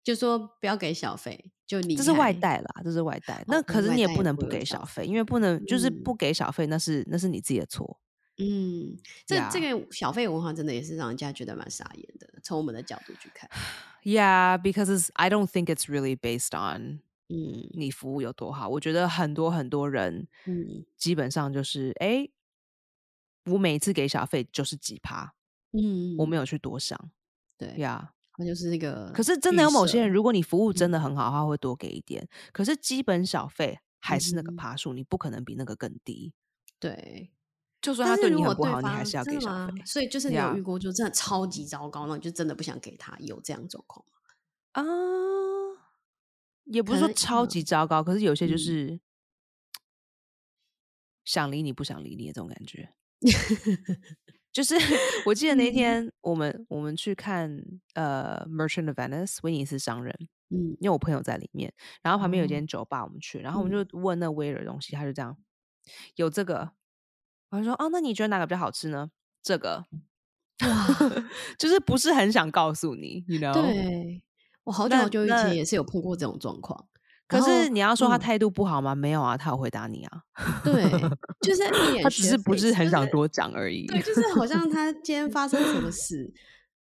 Speaker 2: 就说不要给小费，就离
Speaker 1: 这是外
Speaker 2: 开
Speaker 1: 带啦，这是外带。
Speaker 2: 哦
Speaker 1: 那
Speaker 2: 对
Speaker 1: 可是
Speaker 2: 外
Speaker 1: 你也
Speaker 2: 带
Speaker 1: 不
Speaker 2: 也
Speaker 1: 能
Speaker 2: 不
Speaker 1: 不
Speaker 2: 会有
Speaker 1: 给
Speaker 2: 小
Speaker 1: 小
Speaker 2: 费
Speaker 1: 费，因为不能就是
Speaker 2: 嗯
Speaker 1: 不给小费，那是那是你自己的错。
Speaker 2: 嗯，这这
Speaker 1: Yeah.
Speaker 2: 个小费文化真的也是让人家觉得蛮傻眼的。从我们的角度去看，
Speaker 1: Yeah, because it's, I don't think it's really based on
Speaker 2: 嗯
Speaker 1: 你服务有多好。我觉得很多很多人
Speaker 2: 嗯
Speaker 1: 基本上就是，哎，我每一次给小费就是几趴， 我没
Speaker 2: 嗯，
Speaker 1: 有去多想。
Speaker 2: 对，
Speaker 1: Yeah，
Speaker 2: 那就是那个。
Speaker 1: 可是真的有某些人，如果你服务真
Speaker 2: 嗯
Speaker 1: 的很好的话，会多给一点。可是基本小费还
Speaker 2: 嗯
Speaker 1: 是那个
Speaker 2: 哼
Speaker 1: 趴数，你不可能比那个更低。
Speaker 2: 对，
Speaker 1: 就算他
Speaker 2: 但是
Speaker 1: 对
Speaker 2: 如
Speaker 1: 你
Speaker 2: 果
Speaker 1: 很不
Speaker 2: 对
Speaker 1: 好，你还
Speaker 2: 方
Speaker 1: 是要
Speaker 2: 真
Speaker 1: 给
Speaker 2: 的
Speaker 1: 小
Speaker 2: 吗？
Speaker 1: 费。
Speaker 2: 所以就是你有
Speaker 1: Yeah
Speaker 2: 遇过，就真的超级糟糕，那你就真的不想给他，有这样状况吗？
Speaker 1: 啊，也不
Speaker 2: 可
Speaker 1: 是说
Speaker 2: 能
Speaker 1: 超级糟糕，可是有些就
Speaker 2: 嗯
Speaker 1: 是想理你不想理你的这种感 觉。就是 我记得那
Speaker 2: 嗯
Speaker 1: 天我们我们去看呃《Merchant of Venice》威尼斯商人，
Speaker 2: 嗯
Speaker 1: 因为我朋友在里面，然后旁边有
Speaker 2: 哦
Speaker 1: 间酒吧，我们去，然后我们
Speaker 2: 嗯
Speaker 1: 就问那 waiter 的东西，他就这样有这个，我就说哦，那你觉得哪个比较好吃呢？这个，
Speaker 2: 哇，
Speaker 1: 就是不是很想告诉你，you know？
Speaker 2: 对我好久
Speaker 1: 那
Speaker 2: 好久以
Speaker 1: 那
Speaker 2: 前也是有碰过这种状况，
Speaker 1: 可
Speaker 2: 然后
Speaker 1: 是你要说他
Speaker 2: 嗯
Speaker 1: 态度不好吗？没有啊，他有回答你啊，
Speaker 2: 对，就是 一脸
Speaker 1: 他只
Speaker 2: 学
Speaker 1: 是不
Speaker 2: 费
Speaker 1: 是很
Speaker 2: 就
Speaker 1: 想多讲而已。
Speaker 2: 对，就是好像他今天发生什么事。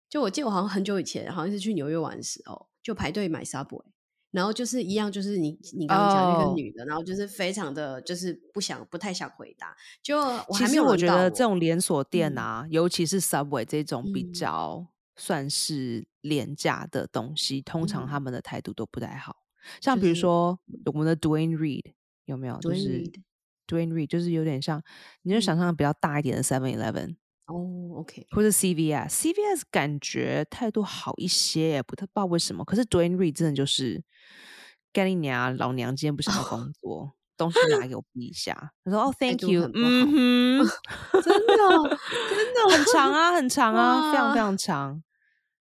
Speaker 2: 就我记得我好像很久以前，好像是去纽约玩的时候，就排队买 Subway，然后就是一样，就是你你刚刚讲那
Speaker 1: 哦
Speaker 2: 个女的然后就是非常的就是不想不太想回答，就我
Speaker 1: 其
Speaker 2: 还没
Speaker 1: 实
Speaker 2: 有
Speaker 1: 我
Speaker 2: 轮
Speaker 1: 觉
Speaker 2: 到
Speaker 1: 得
Speaker 2: 我
Speaker 1: 这种连锁店
Speaker 2: 嗯
Speaker 1: 啊，尤其是 Subway 这种比
Speaker 2: 嗯
Speaker 1: 较算是廉价的东西，通常他
Speaker 2: 嗯
Speaker 1: 们的态度都不太好。像
Speaker 2: 就
Speaker 1: 比如
Speaker 2: 是
Speaker 1: 说我们的 Dwayne Reed 有没有？就
Speaker 2: Dwayne
Speaker 1: 是
Speaker 2: Reed
Speaker 1: Dwayne Reed 就是有点像，你就想
Speaker 2: 嗯
Speaker 1: 象比较大一点的 Seven Eleven
Speaker 2: 哦，OK，
Speaker 1: 或者 CVS。CVS 感觉态度好一些耶，不太不知道为什么。可是 Dwayne Reed 真的就是干你娘，老娘今天不想要工 作。东西拿给我比一下，他说：“哦、t h a n
Speaker 2: 态
Speaker 1: k
Speaker 2: 度
Speaker 1: you。”
Speaker 2: 很不好
Speaker 1: 嗯 哼，
Speaker 2: 真的哦真的
Speaker 1: 很长啊，很长啊，非常非
Speaker 2: 哇
Speaker 1: 常长。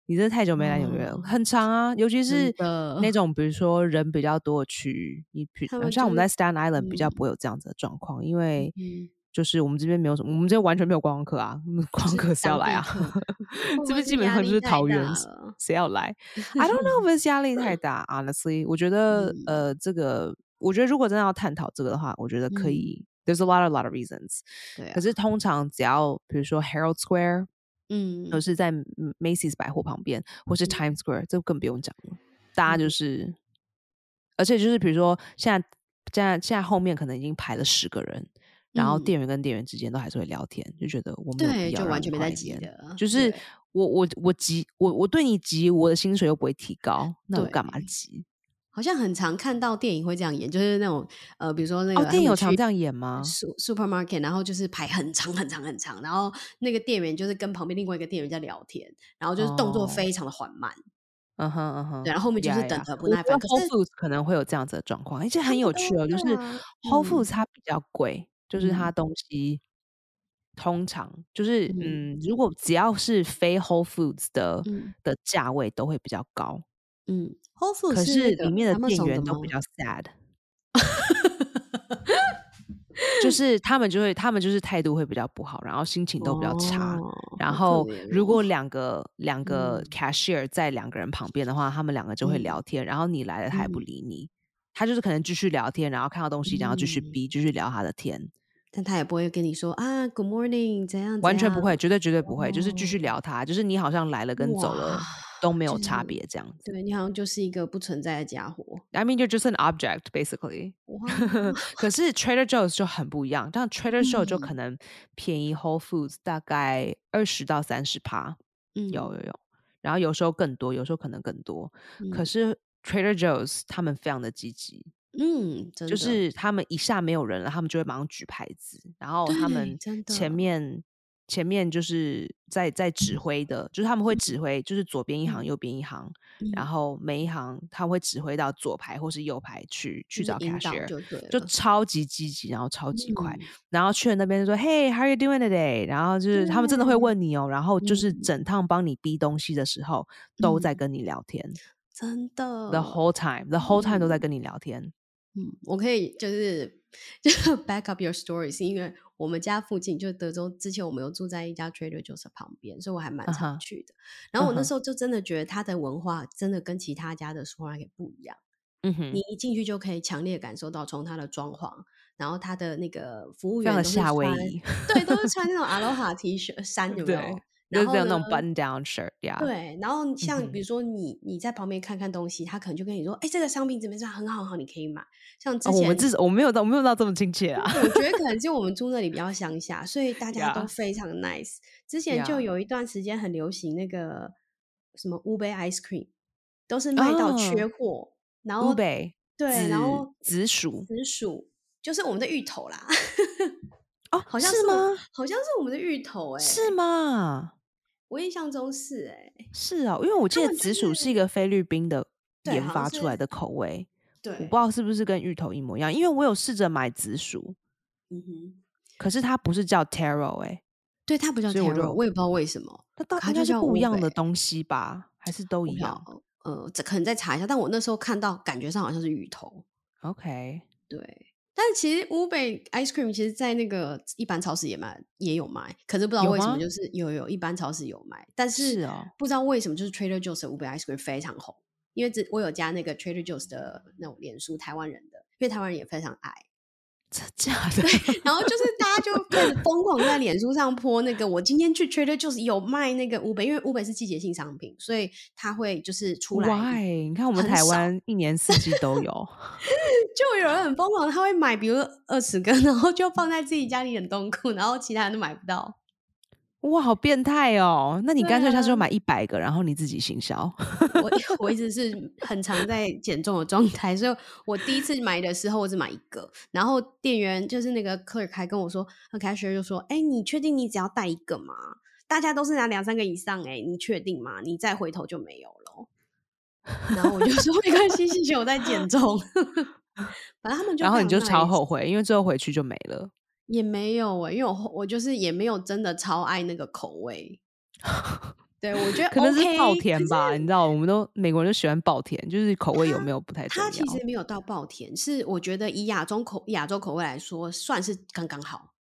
Speaker 1: 你真的太久没来纽约了，
Speaker 2: 哇
Speaker 1: 很长啊，尤其
Speaker 2: 真
Speaker 1: 是
Speaker 2: 的
Speaker 1: 那种比如说人比较多的区域，你比
Speaker 2: 他们
Speaker 1: 像我们
Speaker 2: 就
Speaker 1: 在
Speaker 2: 是
Speaker 1: Staten Island 比较
Speaker 2: 嗯
Speaker 1: 不会有这样子的状况，因为
Speaker 2: 嗯
Speaker 1: 就是我们这边没有什么，我们这边完全没有观光客啊，我们观光
Speaker 2: 是
Speaker 1: 客谁要
Speaker 2: 当
Speaker 1: 来
Speaker 2: 地
Speaker 1: 啊
Speaker 2: 客？会 不
Speaker 1: 这
Speaker 2: 会
Speaker 1: 边
Speaker 2: 是
Speaker 1: 基本
Speaker 2: 压
Speaker 1: 上
Speaker 2: 力
Speaker 1: 就是
Speaker 2: 太
Speaker 1: 桃
Speaker 2: 大
Speaker 1: 园，
Speaker 2: 了
Speaker 1: 谁要来？I don't know if it's 压力 太大，honestly。我觉得，
Speaker 2: 嗯
Speaker 1: 呃，这个，我觉得如果真的要探讨这个的话，我觉得可
Speaker 2: 嗯，
Speaker 1: 以。There's a lot a lot of reasons。
Speaker 2: 对
Speaker 1: 可
Speaker 2: 啊，
Speaker 1: 是通常只要比如说 Herald Square，或
Speaker 2: 嗯
Speaker 1: 是在 M- Macy's 百货旁边，或是
Speaker 2: 嗯
Speaker 1: Times Square，这更不用讲了。大家就
Speaker 2: 嗯
Speaker 1: 是，而且就是比如说现在现在现在后面可能已经排了十个人，然后
Speaker 2: 嗯。
Speaker 1: 店员跟店员之间都还是会聊天，就觉得我没有必
Speaker 2: 对，
Speaker 1: 要
Speaker 2: 就
Speaker 1: 让
Speaker 2: 完
Speaker 1: 你
Speaker 2: 全没
Speaker 1: 换
Speaker 2: 在
Speaker 1: 一
Speaker 2: 急
Speaker 1: 边。
Speaker 2: 的，
Speaker 1: 就是
Speaker 2: 对
Speaker 1: 我我我急我我对你急，我的薪水又不会提高，那我干嘛
Speaker 2: 对，
Speaker 1: 急？
Speaker 2: 好像很常看到电影会这样演，就是那种呃，比如说那
Speaker 1: 哦，
Speaker 2: 个他
Speaker 1: 电影
Speaker 2: 们
Speaker 1: 有常
Speaker 2: 去
Speaker 1: 这样演吗？
Speaker 2: su- supermarket，然后就是排很长很长很长，然后那个店员就是跟旁边另外一个店员在聊天，然后就是动作
Speaker 1: 哦，
Speaker 2: 非常的缓慢，
Speaker 1: 嗯哼嗯
Speaker 2: 对，
Speaker 1: 哼，
Speaker 2: 然后后面就是
Speaker 1: 呀
Speaker 2: 等
Speaker 1: 呀，
Speaker 2: 得不
Speaker 1: 我
Speaker 2: 耐
Speaker 1: 觉得
Speaker 2: 烦，可
Speaker 1: Whole
Speaker 2: 是
Speaker 1: Foods 可能会有这样子的状况，而且
Speaker 2: 他
Speaker 1: 很
Speaker 2: 们
Speaker 1: 有趣
Speaker 2: 都
Speaker 1: 哦，就
Speaker 2: 对
Speaker 1: 是
Speaker 2: 啊，
Speaker 1: Whole
Speaker 2: 嗯
Speaker 1: Foods 它比较贵，就是它
Speaker 2: 嗯
Speaker 1: 东西通常就是
Speaker 2: 嗯
Speaker 1: 嗯，如果只要是非 Whole Foods 的
Speaker 2: 嗯
Speaker 1: 的价位都会比较高，
Speaker 2: 嗯，Whole Food
Speaker 1: 可
Speaker 2: 是那
Speaker 1: 是里
Speaker 2: 个
Speaker 1: 面的店
Speaker 2: Amazon 的
Speaker 1: 员都比
Speaker 2: 吗？
Speaker 1: 较 sad。就是他们就会，他们就是态度会比较不好，然后心情都比较差。
Speaker 2: 哦，
Speaker 1: 然
Speaker 2: 好可
Speaker 1: 后
Speaker 2: 怜
Speaker 1: 如
Speaker 2: 哦，
Speaker 1: 果两个两个
Speaker 2: 嗯
Speaker 1: cashier 在两个人旁边的话，他们两个就会
Speaker 2: 嗯
Speaker 1: 聊天。然后你来了，他也不
Speaker 2: 嗯
Speaker 1: 理你，他就是可能继续聊天，然后看到东西，然后继续
Speaker 2: 嗯。
Speaker 1: 逼，继续聊他的天，
Speaker 2: 但他也不会跟你说啊，Good morning，怎样怎
Speaker 1: 完全不
Speaker 2: 样。
Speaker 1: 会，绝对绝对不会，就是继续
Speaker 2: 哦，
Speaker 1: 聊他，就是你好像来了跟走
Speaker 2: 哇，
Speaker 1: 了都没有
Speaker 2: 就
Speaker 1: 差
Speaker 2: 是
Speaker 1: 别这样子。
Speaker 2: 对你好像就是一个不存在的家伙。
Speaker 1: I mean, you're just an object, basically.
Speaker 2: 哇，
Speaker 1: 可是 Trader Joe's 就很不一样，像 Trader Joe 就可
Speaker 2: 嗯
Speaker 1: 能便宜 Whole Foods 大概二十到三十趴，有
Speaker 2: 嗯
Speaker 1: 有有，然后有时候更多，有时候可能更多。可
Speaker 2: 嗯
Speaker 1: 是 Trader Joe's 他们非常的积极，
Speaker 2: 嗯，
Speaker 1: 就
Speaker 2: 真的，
Speaker 1: 是他们一下没有人了，他们就会马上举牌子，然后他
Speaker 2: 对，
Speaker 1: 们
Speaker 2: 真
Speaker 1: 前
Speaker 2: 的，
Speaker 1: 面前面就是在在指挥的，就是他们会指
Speaker 2: 嗯
Speaker 1: 挥，就是左边一行
Speaker 2: 嗯
Speaker 1: 右边一行，然
Speaker 2: 嗯，
Speaker 1: 后每一行他会指挥到左排或是右排去去
Speaker 2: 就是
Speaker 1: 找
Speaker 2: 引导
Speaker 1: cashier，
Speaker 2: 就对
Speaker 1: 就
Speaker 2: 了。
Speaker 1: 超级积极，然后超级快，
Speaker 2: 嗯，
Speaker 1: 然后去了那边就说 Hey how are you doing today？然后就是他们真的会
Speaker 2: 对，
Speaker 1: 问你哦，然后就是
Speaker 2: 嗯
Speaker 1: 整趟帮你逼东西的时候都在
Speaker 2: 嗯，
Speaker 1: 跟你聊天
Speaker 2: 真
Speaker 1: ，the
Speaker 2: 的，
Speaker 1: whole time，the whole time 都在
Speaker 2: 嗯。
Speaker 1: 跟你聊天。
Speaker 2: 嗯，我可以就是 就是 back up your story，是因为我们家附近就德州，之前我们有住在一家 Trader Joe's 旁边，所以我还蛮
Speaker 1: 嗯
Speaker 2: 常
Speaker 1: 哼，
Speaker 2: 去的。然
Speaker 1: 嗯
Speaker 2: 后我那
Speaker 1: 哼，
Speaker 2: 时候就真的觉得它的文化真的跟其他家的 supermarket 不一样，
Speaker 1: 嗯
Speaker 2: 你
Speaker 1: 哼。
Speaker 2: 一进去就可以强烈感受到从它的装潢，然后它的那个服务
Speaker 1: 非常的
Speaker 2: 员都是
Speaker 1: 夏威
Speaker 2: 穿，
Speaker 1: 夷，
Speaker 2: 对，都是穿那种 Aloha T 恤 衫，有没有？
Speaker 1: 对，就
Speaker 2: 然
Speaker 1: 是这
Speaker 2: 后
Speaker 1: 样
Speaker 2: 呢，
Speaker 1: 那种 button down shirt，yeah，
Speaker 2: 对，然后
Speaker 1: 嗯
Speaker 2: 像比
Speaker 1: 哼，
Speaker 2: 如说你你在旁边看看东西，他可能就跟你说，哎，这个商品怎么样，很好很好，你可以买。像
Speaker 1: 哦，
Speaker 2: 之
Speaker 1: 我们
Speaker 2: 前
Speaker 1: 至少我没有到我没有到这么亲切啊
Speaker 2: 对，我觉得可能就我们住那里比较乡下，所以大家都
Speaker 1: ，yeah
Speaker 2: 非常 nice。之前就
Speaker 1: yeah，
Speaker 2: 有一段时间很流行那个什么乌贝 ice cream，都是卖到缺
Speaker 1: 哦，
Speaker 2: 货，然
Speaker 1: 乌
Speaker 2: 后
Speaker 1: 北
Speaker 2: 对，然
Speaker 1: 紫
Speaker 2: 后
Speaker 1: 紫薯，
Speaker 2: 紫薯就是我们的芋头啦，
Speaker 1: 哦，
Speaker 2: 好像
Speaker 1: 是
Speaker 2: 是我
Speaker 1: 吗？
Speaker 2: 好像是我们的欸芋头哎、
Speaker 1: 是吗？
Speaker 2: 我印象中是哎、
Speaker 1: 是哦，因为我
Speaker 2: 他
Speaker 1: 记得
Speaker 2: 们就
Speaker 1: 紫薯是一
Speaker 2: 是
Speaker 1: 个菲律宾的
Speaker 2: 对，
Speaker 1: 研
Speaker 2: 好像
Speaker 1: 发
Speaker 2: 是
Speaker 1: 出来的口味，我不
Speaker 2: 对，
Speaker 1: 知道是不是跟芋头一模一样，因为我有试着买紫薯，
Speaker 2: 嗯哼。
Speaker 1: 可是它不是叫 taro 哎、
Speaker 2: 对，它不叫
Speaker 1: 所以我
Speaker 2: taro，
Speaker 1: 就
Speaker 2: 我也不知道为什么，
Speaker 1: 那到
Speaker 2: 可它
Speaker 1: 应该
Speaker 2: 就是叫
Speaker 1: 不一
Speaker 2: 乌
Speaker 1: 样
Speaker 2: 贝。
Speaker 1: 的东西吧，还是都
Speaker 2: 我不
Speaker 1: 一
Speaker 2: 知
Speaker 1: 样
Speaker 2: 道，呃，这可能再查一下。但我那时候看到，感觉上好像是芋头。
Speaker 1: ？OK，
Speaker 2: 对，但其实乌贝 ice cream 其实在那个一般超市也卖，也有卖，可是不知道
Speaker 1: 有
Speaker 2: 为什么，
Speaker 1: 吗？
Speaker 2: 就是有有一般超市有卖，但是
Speaker 1: 是哦，
Speaker 2: 不知道为什么就是 Trader Joe's 的乌贝 ice cream 非常红。因为只我有加那个 Trader Joe's 的那种脸书台湾人的，因为台湾人也非常爱。
Speaker 1: 真假的？
Speaker 2: 然后就是大家就开始疯狂在脸书上泼那个，我今天去 Trader Joe's 有卖那个 Uber，因为 Uber 是季节性商品，所以它会就是出来。
Speaker 1: Why？你看我们
Speaker 2: 很
Speaker 1: 台
Speaker 2: 少
Speaker 1: 湾一年四季都 有，
Speaker 2: 就有人很疯狂，他会买，比如二十根，然后就放在自己家里冷冻库，然后其他人都买不到。
Speaker 1: 哇，好变态哦！那你
Speaker 2: 对
Speaker 1: 干脆下次就
Speaker 2: 啊
Speaker 1: 买一百个，然后你自己行销。
Speaker 2: 我 我一直是很常在减重的状态，所以我第一次买的时候我只买一个，然后店员就是那个 clerk 还跟我说，那 cashier 就说：“哎、你确定你只要带一个吗？大家都是拿两三个以上、哎，你确定吗？你再回头就没有了。”然后我就说：“没关系，谢谢，我在减重。” 反正他们就
Speaker 1: 然后
Speaker 2: 非
Speaker 1: 你就
Speaker 2: 常
Speaker 1: 超
Speaker 2: nice
Speaker 1: 后悔，因为最后回去就没了。
Speaker 2: 也没有哎、因为我后我就是也没有真的超爱那个口 味。对，我觉得
Speaker 1: 可能是
Speaker 2: OK，
Speaker 1: 爆
Speaker 2: 可
Speaker 1: 甜
Speaker 2: 是
Speaker 1: 吧，你知道，我们都美国人就喜欢爆甜，就是口味有没有不太重
Speaker 2: 它其
Speaker 1: 要
Speaker 2: 实。没有到爆甜，是我觉得以亚洲口亚洲口味来说，算是刚刚好，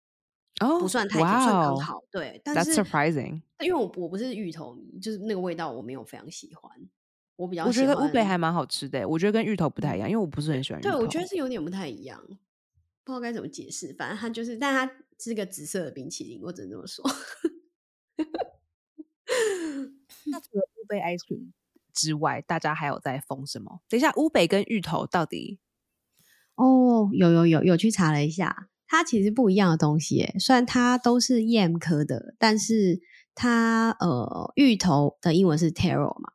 Speaker 1: 哦，
Speaker 2: 不算太甜，
Speaker 1: 哇
Speaker 2: 算刚
Speaker 1: 哦
Speaker 2: 好。对，但
Speaker 1: ，That's
Speaker 2: 是
Speaker 1: surprising。
Speaker 2: 因为我我不是芋头迷，就是那个味道我没有非常喜欢，我比较
Speaker 1: 我觉
Speaker 2: 喜
Speaker 1: 得乌贝
Speaker 2: 欢
Speaker 1: 还蛮好吃的，欸我觉得跟芋头不太一样，因为我不是很喜欢芋头。
Speaker 2: 对，我觉得是有点不太一样，不知道该怎么解释。反正它就是，但它是个紫色的冰淇淋，我只能这么说。
Speaker 1: 那除了乌贝 ice cream 之外，大家还有在封什么？等一下，乌贝跟芋头到底
Speaker 2: 哦，有有有有去查了一下，它其实不一样的东西耶。虽然它都是叶科的，但是它呃芋头的英文是 taro 嘛，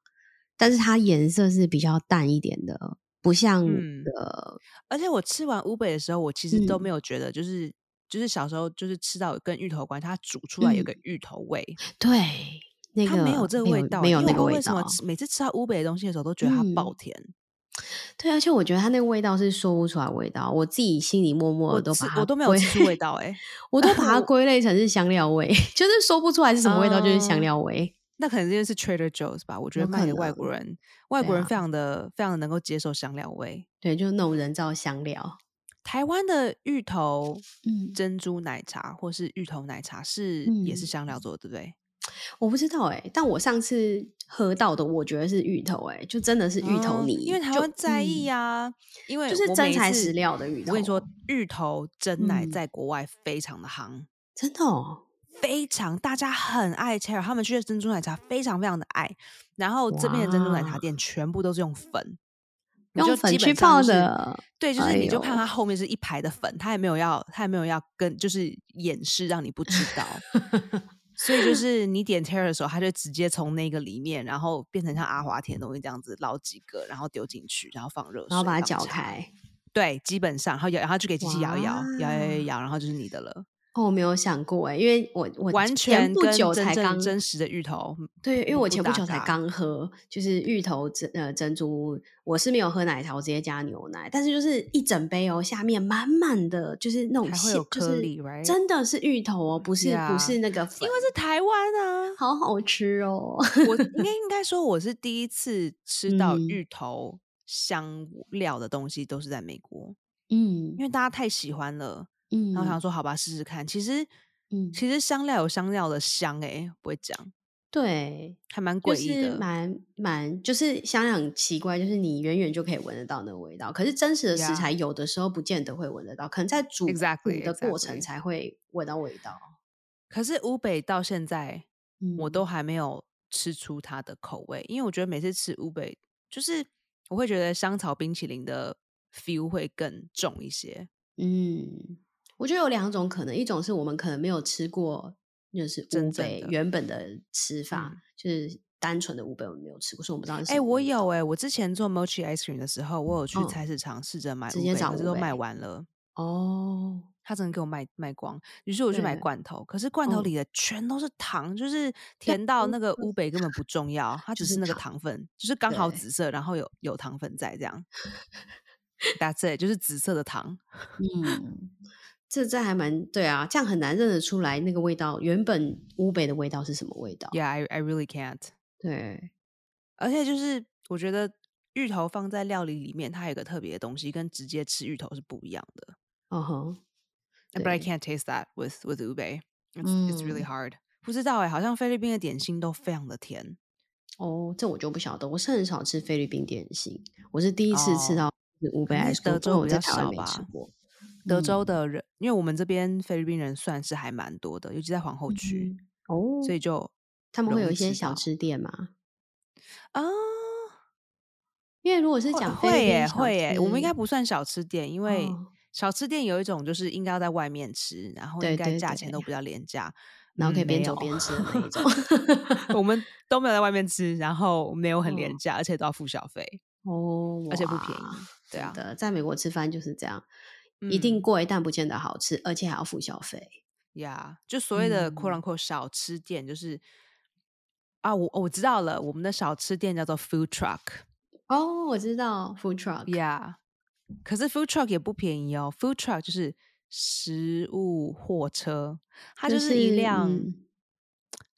Speaker 2: 但是它颜色是比较淡一点的，不像
Speaker 1: 嗯
Speaker 2: 呃、
Speaker 1: 而且我吃完乌贝的时候，我其实都没
Speaker 2: 嗯
Speaker 1: 有觉得，就是、就是小时候就是吃到有跟芋头有关，它煮出来有
Speaker 2: 嗯
Speaker 1: 个芋头味，
Speaker 2: 对那个
Speaker 1: 它没有这个味道，欸
Speaker 2: 没有
Speaker 1: 因为
Speaker 2: 那个
Speaker 1: 我
Speaker 2: 味
Speaker 1: 为什么
Speaker 2: 道。啊
Speaker 1: 吃每次吃到乌贝的东西的时候都觉得它爆
Speaker 2: 嗯
Speaker 1: 甜？
Speaker 2: 对，而且我觉得它那个味道是说不出来的味道，我自己心里默默
Speaker 1: 我
Speaker 2: 地都
Speaker 1: 吃
Speaker 2: 把它
Speaker 1: 我都没有
Speaker 2: 归
Speaker 1: 吃出味 道哎、
Speaker 2: 我都把 它归类成是香料味， 就是说不出来是什么味道，就是香
Speaker 1: 哦
Speaker 2: 料味。
Speaker 1: 那可能就是 Trader Joe's 吧，我觉得
Speaker 2: 有
Speaker 1: 卖
Speaker 2: 可
Speaker 1: 给外国
Speaker 2: 能
Speaker 1: 人，外
Speaker 2: 对
Speaker 1: 国人
Speaker 2: 啊
Speaker 1: 非常的、非常的能够接受香料味。
Speaker 2: 对，就是那种人造香料。
Speaker 1: 台湾的芋头
Speaker 2: 嗯
Speaker 1: 珍珠奶茶或是芋头奶茶是、也是
Speaker 2: 嗯
Speaker 1: 香料做的，对不对？
Speaker 2: 我不知道哎、但我上次喝到的，我觉得是芋头哎、就真的是芋头
Speaker 1: 哦
Speaker 2: 泥，
Speaker 1: 因为台
Speaker 2: 就
Speaker 1: 湾在意、
Speaker 2: 嗯
Speaker 1: 啊，因为
Speaker 2: 就是
Speaker 1: 我
Speaker 2: 真
Speaker 1: 每一
Speaker 2: 材
Speaker 1: 次
Speaker 2: 实料的芋
Speaker 1: 我跟你说
Speaker 2: 头，
Speaker 1: 芋头蒸奶
Speaker 2: 嗯
Speaker 1: 在国外非常的夯，
Speaker 2: 真的、哦。
Speaker 1: 非常大家很爱 Cherry，他们去的珍珠奶茶非常非常的爱。然后这边的珍珠奶茶
Speaker 2: 哇
Speaker 1: 店全部都是用粉，你就
Speaker 2: 用粉
Speaker 1: 基
Speaker 2: 去
Speaker 1: 本上
Speaker 2: 泡
Speaker 1: 就是
Speaker 2: 的，
Speaker 1: 对，就是
Speaker 2: 哎
Speaker 1: 你就看
Speaker 2: 呦
Speaker 1: 它后面是一排的粉，它也没有要，它也没有要跟，就是掩饰让你不知道。所以就是你点 tear 的时候，它就直接从那个里面，然后变成像阿华田的东西这样子捞几个，然后丢进去，然后放热水，
Speaker 2: 然后把它
Speaker 1: 放
Speaker 2: 搅
Speaker 1: 茶。
Speaker 2: 开。
Speaker 1: 对，基本上，然后摇，然后就给机器摇一摇，摇摇摇一
Speaker 2: 哇
Speaker 1: 摇，然后就是你的了。
Speaker 2: 哦，我没有想过哎、因为我我
Speaker 1: 完
Speaker 2: 前
Speaker 1: 全
Speaker 2: 不
Speaker 1: 跟
Speaker 2: 久才
Speaker 1: 真
Speaker 2: 刚
Speaker 1: 正真实的芋头，
Speaker 2: 对，因为
Speaker 1: 嗯
Speaker 2: 我
Speaker 1: 不
Speaker 2: 前不
Speaker 1: 搭
Speaker 2: 久才
Speaker 1: 嘎
Speaker 2: 刚喝，就是芋头珍呃珍珠，我是没有喝奶茶，我直接加牛奶，但是就是一整杯哦，下面满满的就是那种
Speaker 1: 还会
Speaker 2: 馅
Speaker 1: 有，
Speaker 2: 就
Speaker 1: 颗
Speaker 2: 是
Speaker 1: 粒，right？
Speaker 2: 真的是芋头哦，不是不是
Speaker 1: Yeah
Speaker 2: 那个
Speaker 1: 因
Speaker 2: 粉，
Speaker 1: 为是台湾啊，
Speaker 2: 好好吃哦。
Speaker 1: 我应该应该说我是第一次吃到
Speaker 2: 嗯
Speaker 1: 芋头香料的东西，都是在美国，
Speaker 2: 嗯
Speaker 1: 因为大家太喜欢了，
Speaker 2: 嗯，
Speaker 1: 然后想说好吧试试看。其实，
Speaker 2: 嗯
Speaker 1: 其实香料有香料的香、欸，不会讲，
Speaker 2: 对，
Speaker 1: 还蛮
Speaker 2: 就
Speaker 1: 诡异
Speaker 2: 是
Speaker 1: 的。
Speaker 2: 蛮蛮，就是想想很奇怪，就是你远远就可以闻得到那个味道，可是真实的食
Speaker 1: Yeah
Speaker 2: 材有的时候不见得会闻得到，可能在煮煮
Speaker 1: Exactly,
Speaker 2: 的过程
Speaker 1: exactly
Speaker 2: 才会闻到味道。
Speaker 1: 可是乌北到现在，我
Speaker 2: 嗯
Speaker 1: 都还没有吃出它的口味，因为我觉得每次吃乌北，就是我会觉得香草冰淇淋的 feel 会更重一些。
Speaker 2: 嗯，我觉得有两种可能，一种是我们可能没有吃过，就是
Speaker 1: 真
Speaker 2: 乌
Speaker 1: 正
Speaker 2: 北
Speaker 1: 的
Speaker 2: 原本的吃法，
Speaker 1: 嗯
Speaker 2: 就是单纯的乌北我们没有吃过，所以我们不知道是
Speaker 1: 哎、
Speaker 2: 什么
Speaker 1: 我
Speaker 2: 味道。啊
Speaker 1: 有哎、我之前做 mochi ice cream 的时候，我有去
Speaker 2: 嗯
Speaker 1: 菜市场试着买
Speaker 2: 直
Speaker 1: 乌
Speaker 2: 接
Speaker 1: 贝，
Speaker 2: 找
Speaker 1: 可是
Speaker 2: 乌
Speaker 1: 都卖
Speaker 2: 贝
Speaker 1: 完了，
Speaker 2: 哦，
Speaker 1: 他只能给我卖卖光。于是我去买
Speaker 2: 对
Speaker 1: 罐头，可是罐头
Speaker 2: 嗯
Speaker 1: 里的全都是糖，就是甜到那个乌贝根本不重要，它
Speaker 2: 就
Speaker 1: 只
Speaker 2: 是
Speaker 1: 是那个
Speaker 2: 糖
Speaker 1: 糖分，就是刚好
Speaker 2: 对
Speaker 1: 紫色，然后有有糖分在这 样。That's it，就是紫色的糖。
Speaker 2: 嗯，这这还蛮对啊，这样很难认得出来那个味道，原本乌北的味道是什么味道？
Speaker 1: Yeah, I I really can't。
Speaker 2: 对，
Speaker 1: 而且就是我觉得芋头放在料理里面，它有个特别的东西，跟直接吃芋头是不一样的。
Speaker 2: 嗯哼，
Speaker 1: but I
Speaker 2: 对
Speaker 1: can't taste that with with ube. It's it's really
Speaker 2: 嗯
Speaker 1: hard. 不知道哎、好像菲律宾的点心都非常的甜，
Speaker 2: 哦，这我就不晓得，我是很少吃菲律宾点心，我是第一次吃到乌
Speaker 1: 哦可
Speaker 2: 贝
Speaker 1: 能
Speaker 2: 埃
Speaker 1: 是
Speaker 2: 斯，
Speaker 1: 德
Speaker 2: 不过
Speaker 1: 州
Speaker 2: 我
Speaker 1: 比
Speaker 2: 在
Speaker 1: 较
Speaker 2: 台湾
Speaker 1: 少
Speaker 2: 没吃
Speaker 1: 吧
Speaker 2: 过。
Speaker 1: 德
Speaker 2: 嗯
Speaker 1: 州的人，因为我们这边菲律宾人算是还蛮多的，尤其在皇后区，
Speaker 2: 嗯哦，
Speaker 1: 所以就
Speaker 2: 他们会
Speaker 1: 容
Speaker 2: 有
Speaker 1: 易
Speaker 2: 一些
Speaker 1: 吃
Speaker 2: 小
Speaker 1: 到
Speaker 2: 吃店嘛？
Speaker 1: 啊，
Speaker 2: 因为如果是
Speaker 1: 会
Speaker 2: 讲
Speaker 1: 会
Speaker 2: 菲律
Speaker 1: 耶
Speaker 2: 宾小
Speaker 1: 会耶，我们应该
Speaker 2: 吃，
Speaker 1: 不算小吃店，因为
Speaker 2: 哦，
Speaker 1: 小吃店有一种就是应该要在外面吃，然后应
Speaker 2: 对
Speaker 1: 该
Speaker 2: 对
Speaker 1: 价
Speaker 2: 对，
Speaker 1: 钱都比较廉价。
Speaker 2: 然后可
Speaker 1: 嗯，
Speaker 2: 以边
Speaker 1: 没
Speaker 2: 走
Speaker 1: 有，
Speaker 2: 边吃的那一种。
Speaker 1: 我们都没有在外面吃，然后没有很廉
Speaker 2: 哦
Speaker 1: 价，而且都要付小费，
Speaker 2: 哦，
Speaker 1: 而且不便
Speaker 2: 哇，
Speaker 1: 宜。对
Speaker 2: 真
Speaker 1: 啊，
Speaker 2: 的，在美国吃饭就是这样，一定
Speaker 1: 嗯，
Speaker 2: 贵，但不见得好吃，而且还要付小费。
Speaker 1: 呀就所谓的 “quote
Speaker 2: 嗯，
Speaker 1: unquote” 小吃店，就是啊，我我知道了，我们的小吃店叫做 food truck。
Speaker 2: 哦，我知道，food truck，
Speaker 1: Yeah，可是 food truck 也不便宜哦。food truck 就是食物货车，它
Speaker 2: 就
Speaker 1: 就是一
Speaker 2: 是
Speaker 1: 辆，
Speaker 2: 嗯，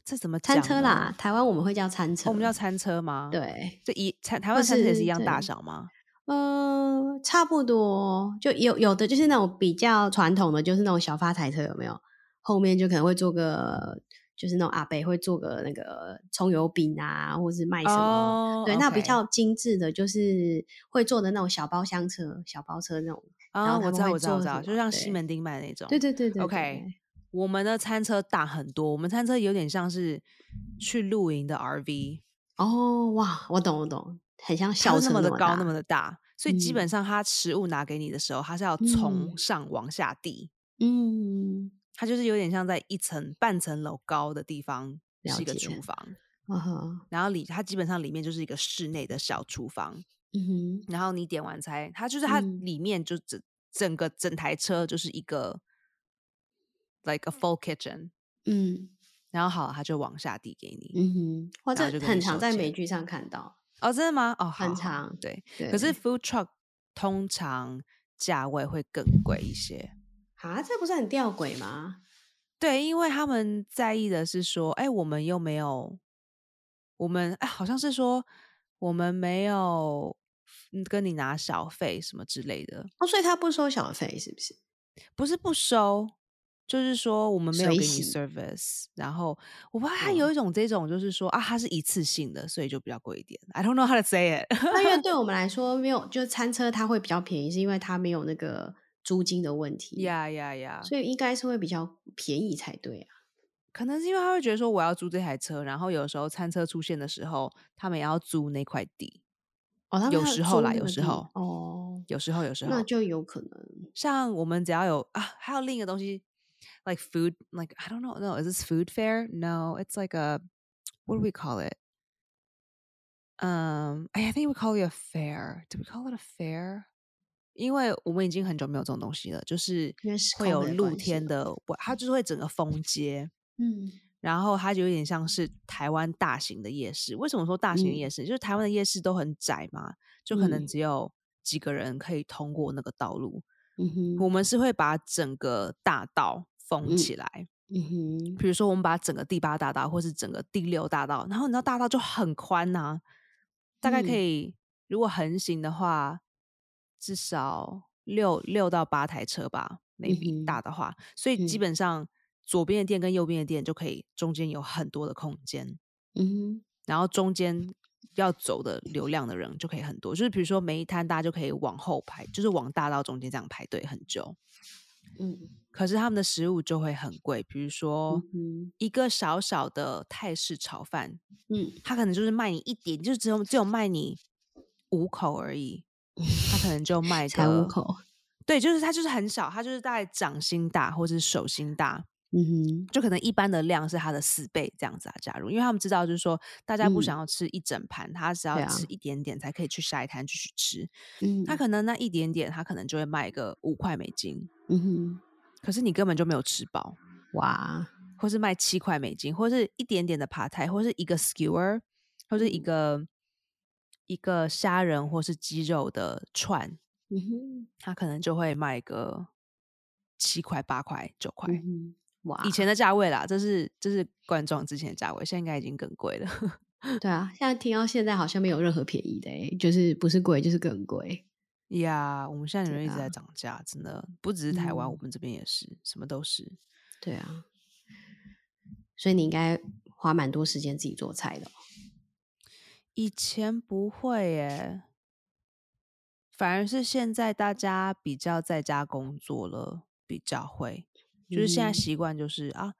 Speaker 1: 这怎么
Speaker 2: 餐
Speaker 1: 讲
Speaker 2: 车
Speaker 1: 呢？
Speaker 2: 啦，台湾我们会叫餐
Speaker 1: 哦，我们叫
Speaker 2: 车，
Speaker 1: 餐车吗？
Speaker 2: 对，
Speaker 1: 这一餐台
Speaker 2: 或
Speaker 1: 湾餐车也是一
Speaker 2: 是
Speaker 1: 样大
Speaker 2: 对，
Speaker 1: 小吗？
Speaker 2: 呃，差不多，就有有的就是那种比较传统的，就是那种小发财车，有没有？后面就可能会做个，就是那种阿伯会做个那个葱油饼啊，或是卖什么。
Speaker 1: 哦
Speaker 2: 对，那比
Speaker 1: ，OK，
Speaker 2: 较精致的，就是会做的那种小包厢车、小包车那种，然
Speaker 1: 啊，
Speaker 2: 后
Speaker 1: 我
Speaker 2: 他
Speaker 1: 知
Speaker 2: 们
Speaker 1: 道，
Speaker 2: 会
Speaker 1: 我知道，我
Speaker 2: 做
Speaker 1: 知
Speaker 2: 什
Speaker 1: 道，
Speaker 2: 么？
Speaker 1: 就像西
Speaker 2: 对，
Speaker 1: 门町卖的那
Speaker 2: 对
Speaker 1: 种。
Speaker 2: 对对对对
Speaker 1: OK，
Speaker 2: 对，
Speaker 1: 我们的餐车大很多，我们餐车有点像是去露营的 RV，
Speaker 2: 哦，哇，我懂我懂，很像
Speaker 1: 它
Speaker 2: 校
Speaker 1: 就那
Speaker 2: 车
Speaker 1: 么
Speaker 2: 那啊
Speaker 1: 的
Speaker 2: 么
Speaker 1: 高，那
Speaker 2: 大，
Speaker 1: 么的大，所以基本
Speaker 2: 嗯
Speaker 1: 上它食物拿给你的时候，它是要从
Speaker 2: 嗯
Speaker 1: 上往下递，
Speaker 2: 嗯，
Speaker 1: 它就是有点像在一层半层楼高的地方
Speaker 2: 了
Speaker 1: 是一个
Speaker 2: 解，
Speaker 1: 厨房，
Speaker 2: 啊哈，
Speaker 1: 然后里它基本上里面就是一个室内的小厨房，
Speaker 2: 嗯哼，
Speaker 1: 然后你点完菜，它就是它
Speaker 2: 嗯
Speaker 1: 里面就整整个整台车就是一个 like a full kitchen，
Speaker 2: 嗯。
Speaker 1: 然后好了它就往下递给你，
Speaker 2: 嗯哼，哇，
Speaker 1: 然后
Speaker 2: 这
Speaker 1: 就跟
Speaker 2: 很
Speaker 1: 你
Speaker 2: 常
Speaker 1: 收
Speaker 2: 在美
Speaker 1: 钱。
Speaker 2: 剧上看到，
Speaker 1: 哦，真的吗？哦，好
Speaker 2: 很
Speaker 1: 好，
Speaker 2: 常，
Speaker 1: 对。可是
Speaker 2: 对，
Speaker 1: food truck 通常价位会更贵一些，
Speaker 2: 啊，这不是很吊诡吗？
Speaker 1: 对，因为他们在意的是说，哎，我们又没有，我们哎，好像是说我们没有嗯跟你拿小费什么之类的，
Speaker 2: 哦，所以他不收小费是不是？
Speaker 1: 不是不收，就是说我们没有
Speaker 2: 随
Speaker 1: 给你
Speaker 2: 喜
Speaker 1: service。然后我不知道他有
Speaker 2: 哦，
Speaker 1: 一种这种，就是说啊，它是一次性的，所以就比较贵一点。I don't know how to say it
Speaker 2: 那因为对我们来说没有，就是餐车它会比较便宜，是因为它没有那个租金的问题，
Speaker 1: 呀呀呀，
Speaker 2: 所以应该是会比较便宜才对啊。
Speaker 1: 可能是因为他会觉得说我要租这台车，然后有时候餐车出现的时候，他们也要租那块地。
Speaker 2: 哦，他们
Speaker 1: 有
Speaker 2: 要
Speaker 1: 时候
Speaker 2: 租
Speaker 1: 啦，
Speaker 2: 那
Speaker 1: 有
Speaker 2: 个
Speaker 1: 时
Speaker 2: 地
Speaker 1: 候，
Speaker 2: 哦，
Speaker 1: 有时候，有时
Speaker 2: 那
Speaker 1: 候，
Speaker 2: 就有可能，
Speaker 1: 像我们只要有啊，还有另一个东西，like food, like I don't know, no, is this food fair? No, it's like a what do we call it? Um, I I think we call it a fair. Do we call it a fair? 因为我们已经很久没有这种东西了，就是
Speaker 2: 因为时
Speaker 1: 会
Speaker 2: 空
Speaker 1: 有
Speaker 2: 的
Speaker 1: 露
Speaker 2: 关系
Speaker 1: 天
Speaker 2: 了。
Speaker 1: 的，不它就是会整个封街，
Speaker 2: 嗯
Speaker 1: 然后它就有点像是台湾大型的夜市。为什么说大型的夜
Speaker 2: 嗯
Speaker 1: 市？就是台湾的夜市都很窄嘛，就可能
Speaker 2: 嗯
Speaker 1: 只有几个人可以通过那个道路。
Speaker 2: 嗯
Speaker 1: 我
Speaker 2: 哼，
Speaker 1: 们是会把整个大道封
Speaker 2: 嗯
Speaker 1: 起来，
Speaker 2: 嗯哼，
Speaker 1: 比如说我们把整个第八大道或是整个第六大道，然后你知道大道就很宽呐、大概可
Speaker 2: 嗯，
Speaker 1: 以如果横行的话，至少六六到八台车吧
Speaker 2: 嗯
Speaker 1: ，maybe 大
Speaker 2: 哼，
Speaker 1: 的话，所以基
Speaker 2: 嗯
Speaker 1: 本上左边的店跟右边的店就可以中间有很多的空间，
Speaker 2: 嗯哼，
Speaker 1: 然后中间。要走的流量的人就可以很多，就是比如说每一摊大家就可以往后排，就是往大道中间这样排队很久。
Speaker 2: 嗯
Speaker 1: 可是他们的食物就会很贵，比如说
Speaker 2: 嗯哼，
Speaker 1: 一个小小的泰式炒饭，
Speaker 2: 嗯。
Speaker 1: 它可能就是卖你一点，就只有只有卖你五口而已，它可能就卖
Speaker 2: 才五
Speaker 1: 个，
Speaker 2: 口，
Speaker 1: 对，就是它就是很少，它就是大概掌心大或者是手心大，
Speaker 2: 嗯哼，
Speaker 1: 就可能一般的量是它的四倍这样子啊。假如因为他们知道，就是说大家不想
Speaker 2: 嗯，
Speaker 1: 要吃一整盘，他只要
Speaker 2: 对
Speaker 1: 吃
Speaker 2: 啊，
Speaker 1: 一点点才可以去下一摊继续吃，他
Speaker 2: 嗯
Speaker 1: 可能那一点点，他可能就会卖个五块美金，
Speaker 2: 嗯哼，
Speaker 1: 可是你根本就没有吃饱。
Speaker 2: 哇，
Speaker 1: 或是卖七块美金，或是一点点的扒台，或是一个 skewer，或是一
Speaker 2: 嗯
Speaker 1: 个一个虾仁或是鸡肉的串，
Speaker 2: 嗯哼，
Speaker 1: 它可能就会卖个七块、八块、九
Speaker 2: 嗯啊
Speaker 1: 块，
Speaker 2: 哼，
Speaker 1: 以前
Speaker 2: 哇，
Speaker 1: 的价位啦，这是这是冠状之前的价位，现在应该已经更贵了。
Speaker 2: 对啊，现在听到现在好像没有任何便宜的诶、就是不是贵就是更贵，
Speaker 1: 呀我们现在
Speaker 2: 对
Speaker 1: 人一直在
Speaker 2: 啊，
Speaker 1: 涨价，真的不只是台湾，我
Speaker 2: 嗯，
Speaker 1: 们这边也是，什么都是。
Speaker 2: 对啊，所以你应该花蛮多时间自己做菜的哦、
Speaker 1: 以前不会耶，反而是现在大家比较在家工作了，比较会。就是现在
Speaker 2: 嗯
Speaker 1: 习惯就是、啊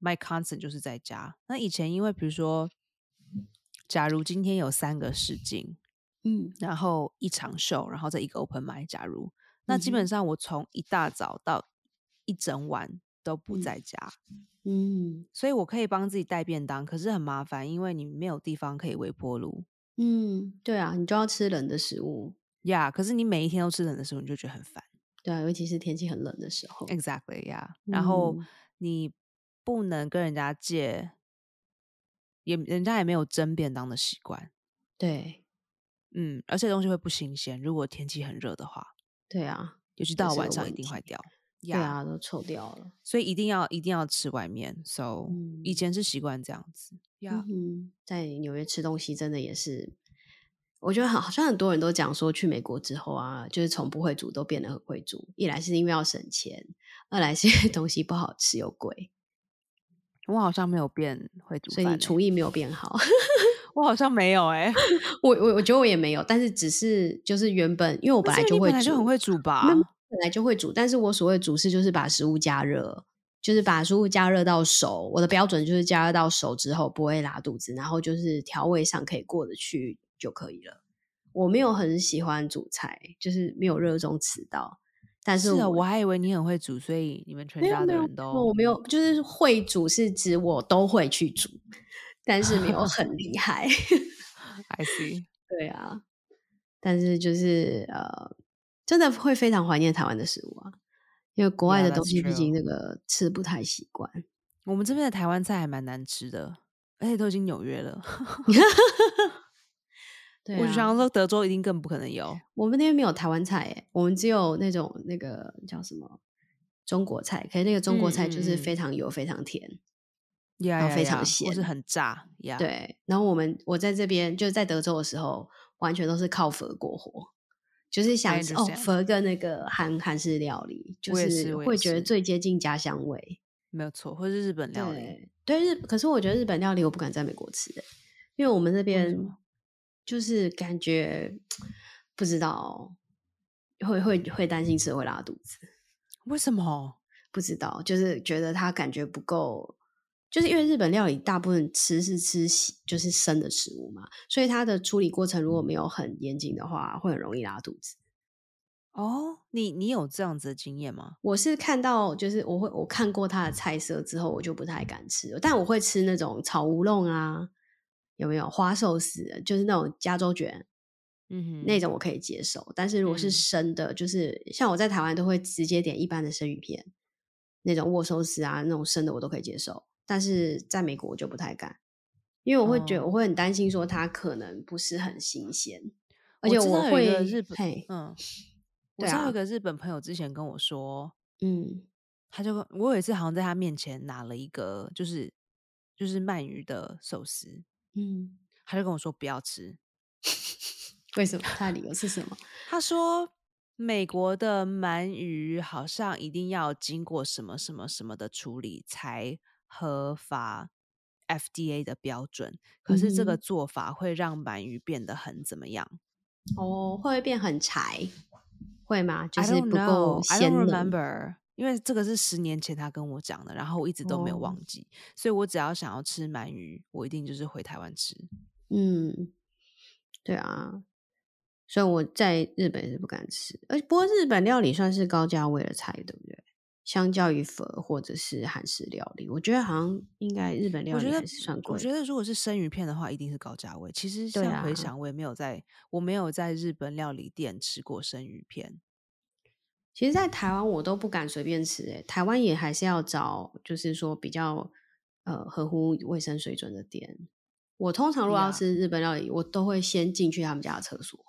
Speaker 1: ，my constant 就是在家。那以前因为比如说，假如今天有三个试镜，
Speaker 2: 嗯
Speaker 1: 然后一场秀，然后再一个 open m i 假如那基本
Speaker 2: 嗯
Speaker 1: 上我从一大早到一整晚都不
Speaker 2: 嗯
Speaker 1: 在家，
Speaker 2: 嗯
Speaker 1: 所以我可以帮自己带便当，可是很麻烦，因为你没有地方可以微波炉。
Speaker 2: 嗯，对啊，你就要吃冷的食物，
Speaker 1: 呀可是你每一天都吃冷的时候，你就觉得很烦。
Speaker 2: 对啊，尤其是天气很冷的时
Speaker 1: 哎
Speaker 2: 候，
Speaker 1: Exactly 呀、然后
Speaker 2: 哦嗯
Speaker 1: 你不能跟人家借，也人家也没有蒸便当的习惯。
Speaker 2: 对
Speaker 1: 嗯，而且东西会不新鲜，如果天气很热的话，
Speaker 2: 对啊，
Speaker 1: 尤其
Speaker 2: 这
Speaker 1: 到
Speaker 2: 是
Speaker 1: 晚
Speaker 2: 个
Speaker 1: 上一
Speaker 2: 问
Speaker 1: 定
Speaker 2: 题，
Speaker 1: 坏掉。
Speaker 2: 对
Speaker 1: 呀、
Speaker 2: 啊，都臭掉了，
Speaker 1: 所以一定要一定要吃外面。So 以
Speaker 2: 嗯
Speaker 1: 前是习惯这样子。呀、
Speaker 2: 嗯哼，在纽约吃东西真的也是。我觉得好好像很多人都讲说，去美国之后啊，就是从不会煮都变得很会煮。一来是因为要省钱，二来是因 为东西不好吃又贵，
Speaker 1: 我好像没有变会煮
Speaker 2: 所以
Speaker 1: 饭、
Speaker 2: 你
Speaker 1: 欸，
Speaker 2: 厨艺没有变好。
Speaker 1: 我好像没有哎、欸，
Speaker 2: 我我我觉得我也没有，但是只是就是原本因为我本
Speaker 1: 但
Speaker 2: 来
Speaker 1: 是
Speaker 2: 就
Speaker 1: 你
Speaker 2: 会
Speaker 1: 本来就很
Speaker 2: 煮，
Speaker 1: 会煮吧
Speaker 2: 没有本来就会煮，但是我所谓的煮是就是把食物加热，就是把食物加热到熟。我的标准就是加热到熟之后不会拉肚子，然后就是调味上可以过得去就可以了。我没有很喜欢煮菜，就是没有热衷吃到，但是
Speaker 1: 是啊，
Speaker 2: 我
Speaker 1: 我还以为你很会煮，所以你们全
Speaker 2: 没有
Speaker 1: 家
Speaker 2: 没
Speaker 1: 的
Speaker 2: 有，
Speaker 1: 人
Speaker 2: 没有我
Speaker 1: 都
Speaker 2: 没有，就是会煮是指我都会去煮，但是没 有很厉害。
Speaker 1: I see。
Speaker 2: 对啊，但是就是呃，真的会非常怀念台湾的食物啊，因为国外
Speaker 1: Yeah,
Speaker 2: 的东
Speaker 1: that's
Speaker 2: 西毕竟
Speaker 1: true.
Speaker 2: 那个吃不太习惯。
Speaker 1: 我们这边的台湾菜还蛮难吃的，而且都已经纽约了，
Speaker 2: 对
Speaker 1: 我就
Speaker 2: 啊，
Speaker 1: 想说德州一定更不可能有。
Speaker 2: 我们那边没有台湾菜诶，我们只有那种那个叫什么中国菜，可是那个中国
Speaker 1: 嗯
Speaker 2: 菜就是
Speaker 1: 嗯嗯
Speaker 2: 非常油、非常甜，
Speaker 1: 呀
Speaker 2: 然
Speaker 1: 呀
Speaker 2: 后非常
Speaker 1: 呀或是
Speaker 2: 咸
Speaker 1: 很炸呀。
Speaker 2: 对，然后我们我在这边就是在德州的时候，完全都是靠佛过活，就是想
Speaker 1: I
Speaker 2: 吃哦
Speaker 1: understand
Speaker 2: 佛跟那个韩韩式料理，就
Speaker 1: 我也是我也
Speaker 2: 会觉得
Speaker 1: 是
Speaker 2: 最接近家乡味。
Speaker 1: 没有错，或是日本料理。
Speaker 2: 对对日，可是我觉得日本料理我不敢在美国吃、欸，因为我们这
Speaker 1: 为什
Speaker 2: 边
Speaker 1: 么
Speaker 2: 就是感觉不知道会会会担心吃会拉肚子。
Speaker 1: 为什么？
Speaker 2: 不知道，就是觉得它感觉不够，就是因为日本料理大部分吃是吃洗就是生的食物嘛，所以它的处理过程如果没有很严谨的话，会很容易拉肚子。
Speaker 1: 哦，你你有这样子的经验吗？
Speaker 2: 我是看到，就是我会我看过它的菜色之后，我就不太敢吃了，但我会吃那种炒乌龙啊，有没有花寿司，就是那种加州卷，
Speaker 1: 嗯
Speaker 2: 那
Speaker 1: 哼，
Speaker 2: 种我可以接受，但是如果是
Speaker 1: 嗯
Speaker 2: 生的，就是像我在台湾都会直接点一般的生鱼片，那种握寿司啊，那种生的我都可以接受，但是在美国我就不太敢，因为我会觉得
Speaker 1: 哦
Speaker 2: 我会很担心说它可能不是很新鲜，而且
Speaker 1: 我知道有一个
Speaker 2: 会
Speaker 1: 日本，
Speaker 2: 嘿，
Speaker 1: 嗯，我
Speaker 2: 对
Speaker 1: 知道有一
Speaker 2: 啊，
Speaker 1: 个日本朋友之前跟我说，
Speaker 2: 嗯
Speaker 1: 他就跟我有一次好像在他面前拿了一个就是就是鳗鱼的寿司，
Speaker 2: 嗯，
Speaker 1: 他就跟我说不要吃。
Speaker 2: 为什么？它的理由是什么？
Speaker 1: 他说美国的鳗鱼好像一定要经过什么什么什么的处理才合法 FDA 的标准，可是这个
Speaker 2: 嗯
Speaker 1: 做法会让鳗鱼变得很怎么样
Speaker 2: 哼，哦，会不会变很柴？会吗？就
Speaker 1: ？I
Speaker 2: 是
Speaker 1: don't
Speaker 2: 不够
Speaker 1: know, I
Speaker 2: 鲜
Speaker 1: don't
Speaker 2: 嫩
Speaker 1: remember。因为这个是十年前他跟我讲的，然后我一直都没有
Speaker 2: 哦，
Speaker 1: 忘记，所以我只要想要吃鳗鱼，我一定就是回台湾吃。
Speaker 2: 嗯，对啊，所以我在日本是不敢吃，而不过日本料理算是高价位的菜，对不对？相较于粉或者是韩式料理，我觉得好像应该日本
Speaker 1: 我
Speaker 2: 料
Speaker 1: 觉
Speaker 2: 理还
Speaker 1: 得，
Speaker 2: 是算
Speaker 1: 我
Speaker 2: 贵
Speaker 1: 觉
Speaker 2: 的。
Speaker 1: 得如果是生鱼片的话，一定是高价位。其实
Speaker 2: 对
Speaker 1: 像
Speaker 2: 啊，
Speaker 1: 回想，我也没有在，我没有在日本料理店吃过生鱼片。
Speaker 2: 其实，在台湾我都不敢随便吃、欸，台湾也还是要找，就是说比较呃合乎卫生水准的店。我通常如果要
Speaker 1: Yeah，
Speaker 2: 吃日本料理，我都会先进去他们家的厕 所，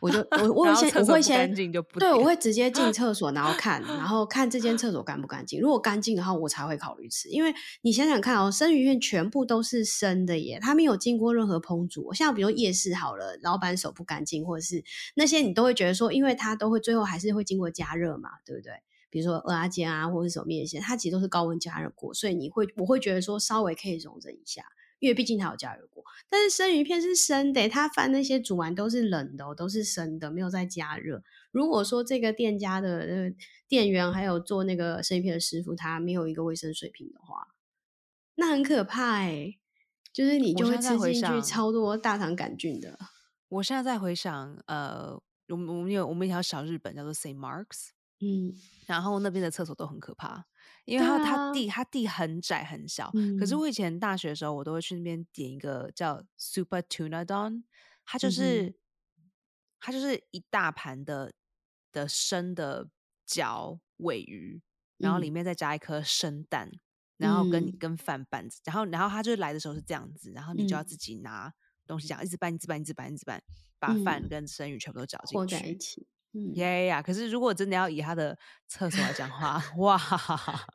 Speaker 2: 我就我我会
Speaker 1: 然后
Speaker 2: 先
Speaker 1: 厕
Speaker 2: 我
Speaker 1: 所
Speaker 2: 会
Speaker 1: 不干
Speaker 2: 先
Speaker 1: 净就不
Speaker 2: 对我
Speaker 1: 点。
Speaker 2: 会直接进厕所，然后看，然后看这间厕所干不干净。如果干净的话，我才会考虑吃。因为你想想看哦，生鱼片全部都是生的耶，它没有经过任何烹煮。像比如夜市好了，老板手不干净，或者是那些你都会觉得说，因为它都会最后还是会经过加热嘛，对不对？比如说蚵仔煎啊，或者是什么面线，它其实都是高温加热过，所以你会我会觉得说稍微可以容忍一下。因为毕竟它有加热过。但是生鱼片是生的、它翻那些煮完都是冷的哦、都是生的，没有再加热。如果说这个店家的那个店员还有做那个生鱼片的师傅，他没有一个卫生水平的话，那很可怕哎、就是你
Speaker 1: 我
Speaker 2: 就会
Speaker 1: 现在
Speaker 2: 吃
Speaker 1: 回
Speaker 2: 进去
Speaker 1: 想
Speaker 2: 超多大肠杆菌的。
Speaker 1: 我现在在回想，呃，我们我们有我们有一条小日本叫做 Saint Marks，
Speaker 2: 嗯
Speaker 1: 然后那边的厕所都很可怕，因为它
Speaker 2: 对
Speaker 1: 它
Speaker 2: 啊
Speaker 1: 地它地很窄很小。可是
Speaker 2: 嗯
Speaker 1: 我以前大学的时候，我都会去那边点一个叫 Super Tuna Don，它就
Speaker 2: 嗯哼
Speaker 1: 是、它就是一大盘的的生的脚尾鱼，然后里
Speaker 2: 嗯
Speaker 1: 面再加一颗生蛋，然后跟你
Speaker 2: 嗯
Speaker 1: 跟饭拌着，然后然后它就是来的时候是这样子，然后你就要
Speaker 2: 嗯
Speaker 1: 自己拿东西这样一直拌一直拌一直拌一直拌，把饭
Speaker 2: 嗯
Speaker 1: 跟生鱼全部都搅进
Speaker 2: 和
Speaker 1: 去。
Speaker 2: 在一起。嗯，
Speaker 1: 呀呀呀！可是如果真的要以他的厕所来讲话， 哇，，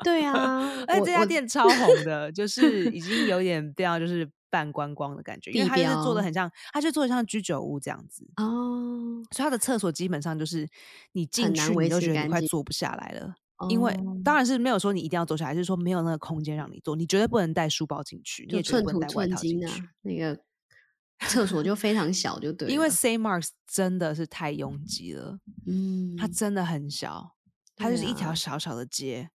Speaker 2: 对啊
Speaker 1: 而且哎这
Speaker 2: 我
Speaker 1: 家
Speaker 2: 我
Speaker 1: 店超红的， 就是已经有点掉，就是半观光的感觉，因为
Speaker 2: 地
Speaker 1: 它就是做的
Speaker 2: 标
Speaker 1: 很像，它就做的像居酒屋这样子，
Speaker 2: 哦，
Speaker 1: 所以它的厕所基本上就是你进
Speaker 2: 很难
Speaker 1: 去你
Speaker 2: 维
Speaker 1: 都
Speaker 2: 持
Speaker 1: 觉得你
Speaker 2: 干
Speaker 1: 快
Speaker 2: 净
Speaker 1: 坐不下来了，因为
Speaker 2: 哦
Speaker 1: 当然是没有说你一定要坐下来，就是说没有那个空间让你坐，你绝对不能带书包进去，你
Speaker 2: 就
Speaker 1: 也绝对
Speaker 2: 寸
Speaker 1: 不能
Speaker 2: 土
Speaker 1: 带外
Speaker 2: 寸
Speaker 1: 套进
Speaker 2: 金
Speaker 1: 去。
Speaker 2: 啊，那个厕所就非常小，就对了。
Speaker 1: 因为 Say Marks 真的是太拥挤了，
Speaker 2: 嗯，
Speaker 1: 它真的很小，它就是
Speaker 2: 对
Speaker 1: 一条
Speaker 2: 啊
Speaker 1: 小小的街，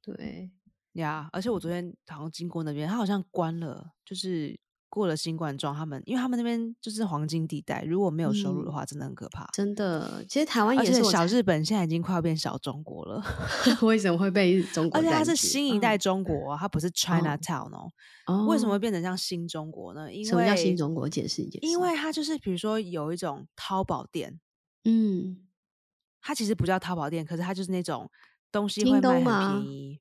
Speaker 2: 对，
Speaker 1: 呀而且我昨
Speaker 2: 嗯
Speaker 1: 天好像经过那边，它好像关了，就是过了新冠状，他们因为他们那边就是黄金地带，如果没有收入的
Speaker 2: 嗯
Speaker 1: 话，真的很可怕。
Speaker 2: 真的，其实台湾
Speaker 1: 而
Speaker 2: 也
Speaker 1: 且
Speaker 2: 是我
Speaker 1: 小
Speaker 2: 才
Speaker 1: 日本现在已经快要变小中国了，
Speaker 2: 为什么会被中国
Speaker 1: 而且它是
Speaker 2: 占据
Speaker 1: 新一
Speaker 2: 嗯
Speaker 1: 代中国哦，它不是 China Town 哦。
Speaker 2: 哦，
Speaker 1: 为什么会变成像新中国呢？因
Speaker 2: 什么叫新
Speaker 1: 为
Speaker 2: 中国？解释一解释。
Speaker 1: 因为它就是比如说有一种淘宝店，
Speaker 2: 嗯，
Speaker 1: 它其实不叫淘宝店，可是它就是那种东西
Speaker 2: 京
Speaker 1: 会卖
Speaker 2: 东
Speaker 1: 很
Speaker 2: 吗
Speaker 1: 便宜。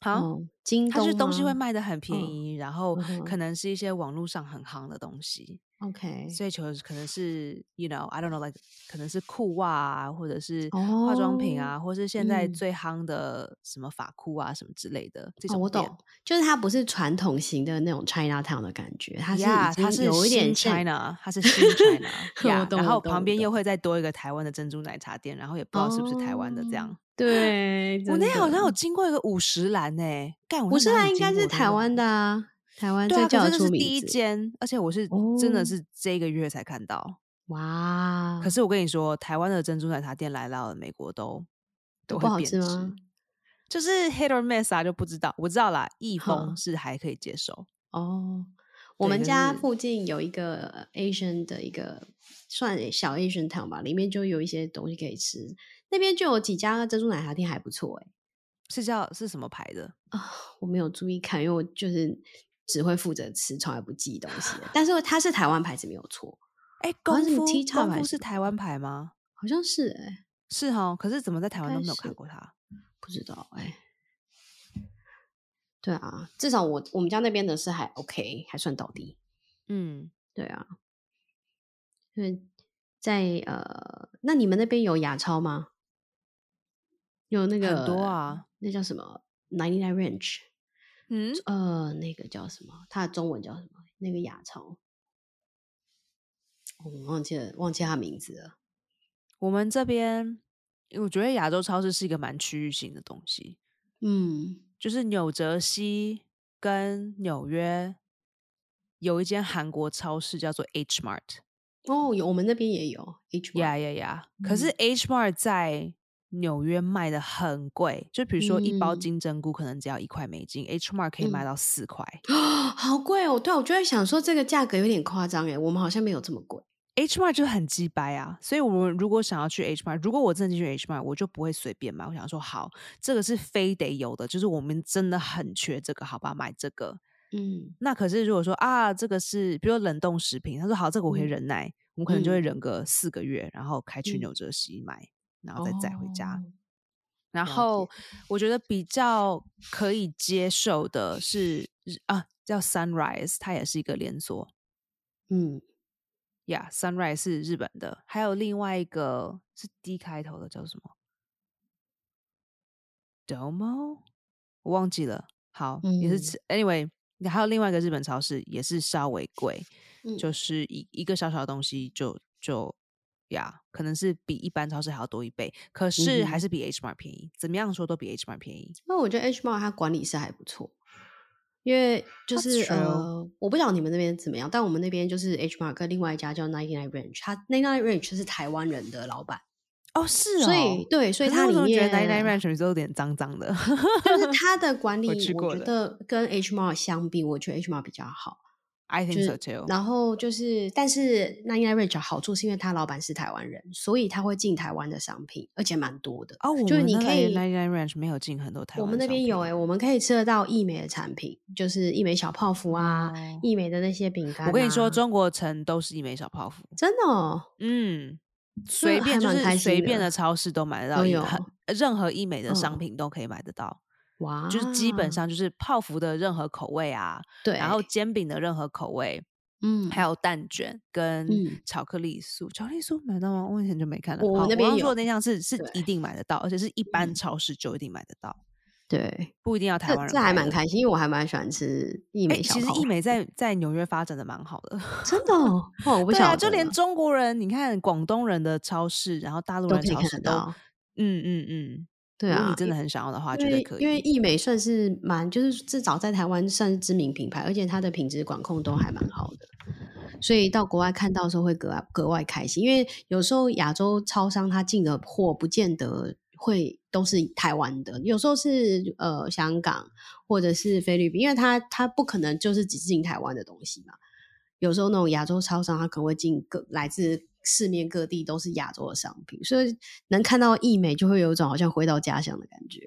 Speaker 1: 好、
Speaker 2: 哦，京
Speaker 1: 它
Speaker 2: 东
Speaker 1: 是东西会
Speaker 2: 吗
Speaker 1: 卖的很便
Speaker 2: 嗯
Speaker 1: 宜，然后
Speaker 2: 嗯
Speaker 1: 可
Speaker 2: 哼
Speaker 1: 能是一些网络上很夯的东西，
Speaker 2: ，OK，哦
Speaker 1: 所以就是可能是 you know I don't know like 可能是裤袜啊，或者是化妆品啊，
Speaker 2: 哦
Speaker 1: 或是现在
Speaker 2: 嗯
Speaker 1: 最夯的什么法裤啊什么之类的这
Speaker 2: 哦，
Speaker 1: 种
Speaker 2: 我
Speaker 1: 店。
Speaker 2: 懂，就是它不是传统型的那种 China Town 的感觉，它是
Speaker 1: Yeah，它
Speaker 2: 已经
Speaker 1: 是
Speaker 2: 有一点
Speaker 1: 新
Speaker 2: 像
Speaker 1: China，它是新 China，
Speaker 2: 我
Speaker 1: yeah,
Speaker 2: 懂
Speaker 1: 然
Speaker 2: 我
Speaker 1: 后
Speaker 2: 懂
Speaker 1: 旁
Speaker 2: 我
Speaker 1: 边又
Speaker 2: 懂
Speaker 1: 会再多一个台湾的珍珠奶茶店，然后也不知道是不是台湾的这样
Speaker 2: 哦。 对，
Speaker 1: 我那
Speaker 2: 真
Speaker 1: 天好像有
Speaker 2: 的嗯
Speaker 1: 经过一个五十兰诶，干，我
Speaker 2: 五
Speaker 1: 在
Speaker 2: 十
Speaker 1: 哪
Speaker 2: 岚
Speaker 1: 里
Speaker 2: 应
Speaker 1: 经
Speaker 2: 该
Speaker 1: 过
Speaker 2: 是
Speaker 1: 我都
Speaker 2: 台
Speaker 1: 忘
Speaker 2: 湾
Speaker 1: 了
Speaker 2: 的啊，台湾
Speaker 1: 对
Speaker 2: 最
Speaker 1: 啊，可是
Speaker 2: 叫得
Speaker 1: 这
Speaker 2: 出
Speaker 1: 是
Speaker 2: 名
Speaker 1: 第一
Speaker 2: 字。
Speaker 1: 间，而且我是真的
Speaker 2: 哦
Speaker 1: 是这个月才看到。
Speaker 2: 哇，哦
Speaker 1: 可是我跟你说，台湾的珍珠奶茶店来到了美国都
Speaker 2: 都
Speaker 1: 都
Speaker 2: 不
Speaker 1: 会
Speaker 2: 好
Speaker 1: 贬
Speaker 2: 吃
Speaker 1: 值
Speaker 2: 吗，？
Speaker 1: 就是 hit or miss 啊，就不知道。我知道啦，益丰
Speaker 2: 哈
Speaker 1: 是还可以接受。
Speaker 2: 哦，我
Speaker 1: 对
Speaker 2: 们
Speaker 1: 可
Speaker 2: 家
Speaker 1: 是
Speaker 2: 附近有一个呃 Asian 的一个算小 Asian town 吧，里面就有一些东西可以吃，那边就有几家珍珠奶茶店还不错哎、
Speaker 1: 是叫是什么牌的？
Speaker 2: 我没有注意看，因为我就是只会负责吃，从来不记东西的。但是它是台湾牌子没有错，
Speaker 1: 哎，
Speaker 2: 好
Speaker 1: 功
Speaker 2: 像什么
Speaker 1: 夫
Speaker 2: Tea Top
Speaker 1: 功
Speaker 2: 还
Speaker 1: 夫
Speaker 2: 是
Speaker 1: 是
Speaker 2: 什么
Speaker 1: 台湾牌吗？
Speaker 2: 好像是哎、
Speaker 1: 是哦，可是怎么在台湾都
Speaker 2: 该
Speaker 1: 没有看
Speaker 2: 是
Speaker 1: 过它？
Speaker 2: 不知道哎、对啊，至少我我们家那边的是还 OK，还算倒地。
Speaker 1: 嗯，
Speaker 2: 对啊，因为在呃，那你们那边有亚超吗？有那个
Speaker 1: 很多，啊。
Speaker 2: 那叫什么 Ninety Nine Ranch？
Speaker 1: 嗯，
Speaker 2: 呃，那个叫什么？它的中文叫什么？那个亚超，哦我忘记了，忘记它名字了。
Speaker 1: 我们这边我觉得亚洲超市是一个蛮区域性的东西，
Speaker 2: 嗯，
Speaker 1: 就是纽泽西跟纽约有一间韩国超市叫做 H Mart。
Speaker 2: 哦，有，我们那边也有 H
Speaker 1: 呀
Speaker 2: Y。
Speaker 1: 呀呀！可是
Speaker 2: 嗯
Speaker 1: H Mart 在纽约卖的很贵，就比如说一包
Speaker 2: 嗯
Speaker 1: 金针菇可能只要一块美金，H Mart 可以卖
Speaker 2: 嗯
Speaker 1: 到四块。
Speaker 2: 好贵哦！对啊，我就在想说这个价格有点夸张哎，我们好像没有这么贵。
Speaker 1: H Mart 就很鸡掰啊，所以我们如果想要去 H Mart，如果我真的进去 H Mart，我就不会随便买。我想说，好，这个是非得有的，就是我们真的很缺这个，好吧，买这个。
Speaker 2: 嗯
Speaker 1: 那可是如果说啊，这个是比如说冷冻食品，他说好，这个我可以
Speaker 2: 嗯
Speaker 1: 忍耐，我们可能就会
Speaker 2: 嗯
Speaker 1: 忍个四个月，然后开去
Speaker 2: 嗯
Speaker 1: 纽泽西买，然后再载回家。
Speaker 2: 哦，
Speaker 1: 然
Speaker 2: 了解
Speaker 1: 后我觉得比较可以接受的是日啊，叫 Sunrise，它也是一个连锁
Speaker 2: 嗯，
Speaker 1: 呀。Sunrise 是日本的，还有另外一个是 D 开头的，叫什么？Domo，我忘记了。好，也是
Speaker 2: 嗯
Speaker 1: 吃 anyway，还有另外一个日本超市也是稍微贵，
Speaker 2: 嗯
Speaker 1: 就是一一个小小的东西就就呀可能是比一般超市还要多一倍，可是还
Speaker 2: 嗯哼
Speaker 1: 是比 H Mart 便宜。怎么样说都比 H Mart 便宜。
Speaker 2: 那我觉得 H Mart 它管理是还不错，因为就
Speaker 1: That's
Speaker 2: 是
Speaker 1: true
Speaker 2: 呃，我不晓得你们那边怎么样，但我们那边就是 H Mark 另外一家叫 Ninety Nine Ranch，他 Ninety Nine Ranch 是台湾人的老板，
Speaker 1: 哦，是哦，
Speaker 2: 所以对，所以
Speaker 1: 可是
Speaker 2: 它
Speaker 1: 我
Speaker 2: 里
Speaker 1: 怎么觉
Speaker 2: 面
Speaker 1: 得 Nine Nine Ranch 每次都有点脏脏的，
Speaker 2: 就是它的管理，
Speaker 1: 我
Speaker 2: 我
Speaker 1: 吃过的
Speaker 2: 觉得跟 H Mark 相比，我觉得 H Mark 比较好。
Speaker 1: I
Speaker 2: 就
Speaker 1: think
Speaker 2: 是
Speaker 1: so too。
Speaker 2: 然后就是，但是 Ninety Nine Ranch 的好处是因为他老板是台湾人，所以他会进台湾的商品，而且蛮多的。
Speaker 1: 哦，我
Speaker 2: 就是
Speaker 1: 们
Speaker 2: 你
Speaker 1: 那
Speaker 2: 可
Speaker 1: 边
Speaker 2: 以
Speaker 1: Nine Nine Ranch 没有进很多台
Speaker 2: 我
Speaker 1: 湾商品，
Speaker 2: 们那边有哎、我们可以吃得到益美的产品，就是益美小泡芙啊，
Speaker 1: 哦
Speaker 2: 益美的那些饼干啊、
Speaker 1: 我跟你说，中国城都是一枚小泡芙，
Speaker 2: 真的、哦，
Speaker 1: 嗯，随
Speaker 2: 啊还
Speaker 1: 便就
Speaker 2: 蛮开
Speaker 1: 是随
Speaker 2: 心
Speaker 1: 便
Speaker 2: 的
Speaker 1: 的超市都买得
Speaker 2: 都
Speaker 1: 到一，
Speaker 2: 有
Speaker 1: 很任何一美的商
Speaker 2: 嗯
Speaker 1: 品都可以买得到，
Speaker 2: 哇，
Speaker 1: 就是基本上就是泡芙的任何口味啊，
Speaker 2: 啊对，
Speaker 1: 然后煎饼的任何口味，
Speaker 2: 嗯，
Speaker 1: 还有蛋卷跟
Speaker 2: 嗯
Speaker 1: 巧克力酥，巧克力酥买得到吗？我以前就没看到。
Speaker 2: 我
Speaker 1: 好
Speaker 2: 那边
Speaker 1: 刚刚说
Speaker 2: 有
Speaker 1: 的那项是是一
Speaker 2: 对
Speaker 1: 定买得到，而且是一般
Speaker 2: 嗯
Speaker 1: 超市就一定买得到，
Speaker 2: 对，
Speaker 1: 不一定要台
Speaker 2: 这
Speaker 1: 湾人
Speaker 2: 这还
Speaker 1: 买
Speaker 2: 蛮
Speaker 1: 的。
Speaker 2: 开心，因为我还蛮喜欢吃益
Speaker 1: 哎、
Speaker 2: 美小
Speaker 1: 其实
Speaker 2: 泡芙，
Speaker 1: 一美在在纽约发展的蛮好的，
Speaker 2: 真的、哦，哇，我不
Speaker 1: 对
Speaker 2: 晓得、
Speaker 1: 啊，就连中国人，你看广东人的超市，然后大陆
Speaker 2: 都
Speaker 1: 人
Speaker 2: 可以
Speaker 1: 超
Speaker 2: 看
Speaker 1: 市都，
Speaker 2: 得到，
Speaker 1: 嗯嗯嗯，
Speaker 2: 对
Speaker 1: 如果
Speaker 2: 啊
Speaker 1: 你，真的很想要的话，
Speaker 2: 因
Speaker 1: 绝对
Speaker 2: 为
Speaker 1: 可以。
Speaker 2: 因为益美算是蛮，就是至少在台湾算是知名品牌，而且它的品质管控都还蛮好的，所以到国外看到的时候会格外格外开心，因为有时候亚洲超商它进的货不见得会都是台湾的，有时候是呃香港或者是菲律宾，因为它它不可能就是只进台湾的东西嘛，有时候那种亚洲超商它可能会进各来自。世面各地都是亚洲的商品，所以能看到益美，就会有一种好像回到家乡的感觉。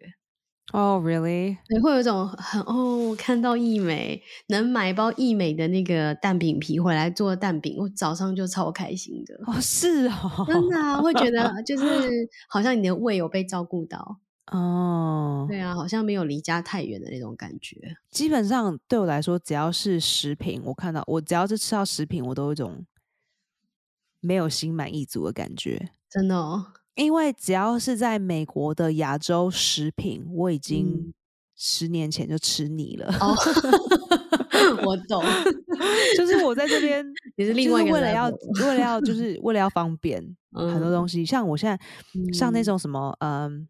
Speaker 1: 哦、r e a l l y
Speaker 2: 对，会有一种很哦，看到益美能买一包益美的那个蛋饼皮回来做蛋饼，我早上就超开心的，
Speaker 1: 哦，是哦，
Speaker 2: 真的、啊、会觉 得就是好像你的胃有被照顾到，
Speaker 1: 哦，
Speaker 2: 对啊，好像没有离家太远的那种感觉。
Speaker 1: 基本上对我来说，只要是食品，我看到我只要是吃到食品，我都有一种没有心满意足的感觉。
Speaker 2: 真 的、哦，
Speaker 1: 因为只要是在美国的亚洲食品，我已经
Speaker 2: 嗯
Speaker 1: 十年前就吃腻了。
Speaker 2: 哦我懂，
Speaker 1: 就是我在这边
Speaker 2: 也是
Speaker 1: 就
Speaker 2: 另外一个
Speaker 1: 为了
Speaker 2: level
Speaker 1: 要为了要就是为了要方便很多东西，像我现在像那
Speaker 2: 嗯
Speaker 1: 种什么嗯。嗯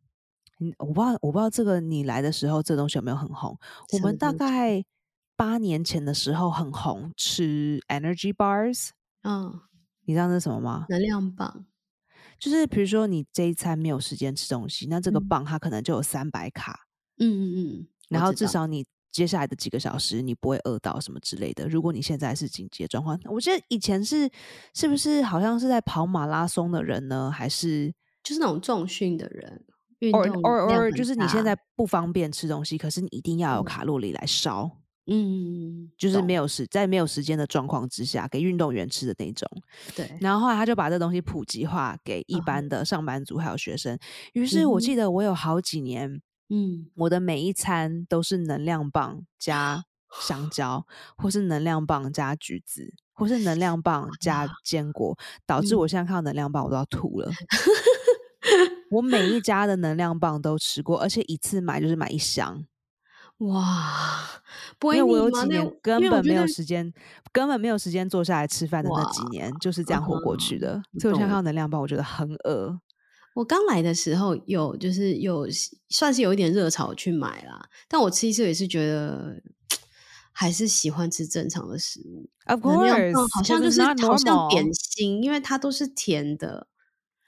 Speaker 1: 我不知道，我不知道这个你来的时候，这东西有没有很红？我
Speaker 2: 什
Speaker 1: 们
Speaker 2: 么
Speaker 1: 大
Speaker 2: 东西
Speaker 1: 概八年前的时候很红，吃 energy bars，
Speaker 2: 嗯，
Speaker 1: 你知道那是什么吗？
Speaker 2: 能量棒，
Speaker 1: 就是比如说你这一餐没有时间吃东西，那这个
Speaker 2: 嗯
Speaker 1: 棒它可能就有三百卡，
Speaker 2: 嗯嗯嗯，
Speaker 1: 然
Speaker 2: 我
Speaker 1: 后
Speaker 2: 知
Speaker 1: 至
Speaker 2: 道
Speaker 1: 少你接下来的几个小时你不会饿到什么之类的。如果你现在是紧急的状况，我记得以前是是不是好像是在跑马拉松的人呢，还是
Speaker 2: 就是那种重训的人，运
Speaker 1: or
Speaker 2: 动
Speaker 1: or
Speaker 2: 嗯量
Speaker 1: or
Speaker 2: 很
Speaker 1: 就是你现
Speaker 2: 大
Speaker 1: 在不方便吃东西，可是你一定要有
Speaker 2: 嗯
Speaker 1: 卡路里来烧。
Speaker 2: 嗯，
Speaker 1: 就是没
Speaker 2: 有
Speaker 1: 有时在没有时间的状况之下，给运动员吃的那种。
Speaker 2: 对，
Speaker 1: 然后后来他就把这东西普及化给一
Speaker 2: 嗯哼
Speaker 1: 般的上班族还有学生。于是我记得我有好几年，
Speaker 2: 嗯，
Speaker 1: 我的每一餐都是能量棒加香蕉，或是能量棒加橘子，或是能量棒加坚果，导致
Speaker 2: 嗯
Speaker 1: 我现在看到能量棒我都要吐 了。我每一家的能量棒都吃过，而且一次买就是买一箱，
Speaker 2: 哇，不会
Speaker 1: 因为我
Speaker 2: 腻
Speaker 1: 有
Speaker 2: 吗
Speaker 1: 几
Speaker 2: 那
Speaker 1: 年
Speaker 2: 我因
Speaker 1: 根
Speaker 2: 为我
Speaker 1: 本
Speaker 2: 觉
Speaker 1: 没有
Speaker 2: 得
Speaker 1: 时间，根本没有时间坐下来吃饭的那几
Speaker 2: 哇嗯
Speaker 1: 年，就是这样活过去的。所以我现在看到能量棒，我觉得很饿。
Speaker 2: 我刚来的时候有，就是有算是有一点热潮去买啦，但我吃一次也是觉得还是喜欢吃正常的食物。
Speaker 1: Of
Speaker 2: 能量棒
Speaker 1: course，
Speaker 2: 好像
Speaker 1: it
Speaker 2: 就
Speaker 1: is
Speaker 2: 是
Speaker 1: not
Speaker 2: 好像
Speaker 1: normal
Speaker 2: 点心，因为它都是甜的，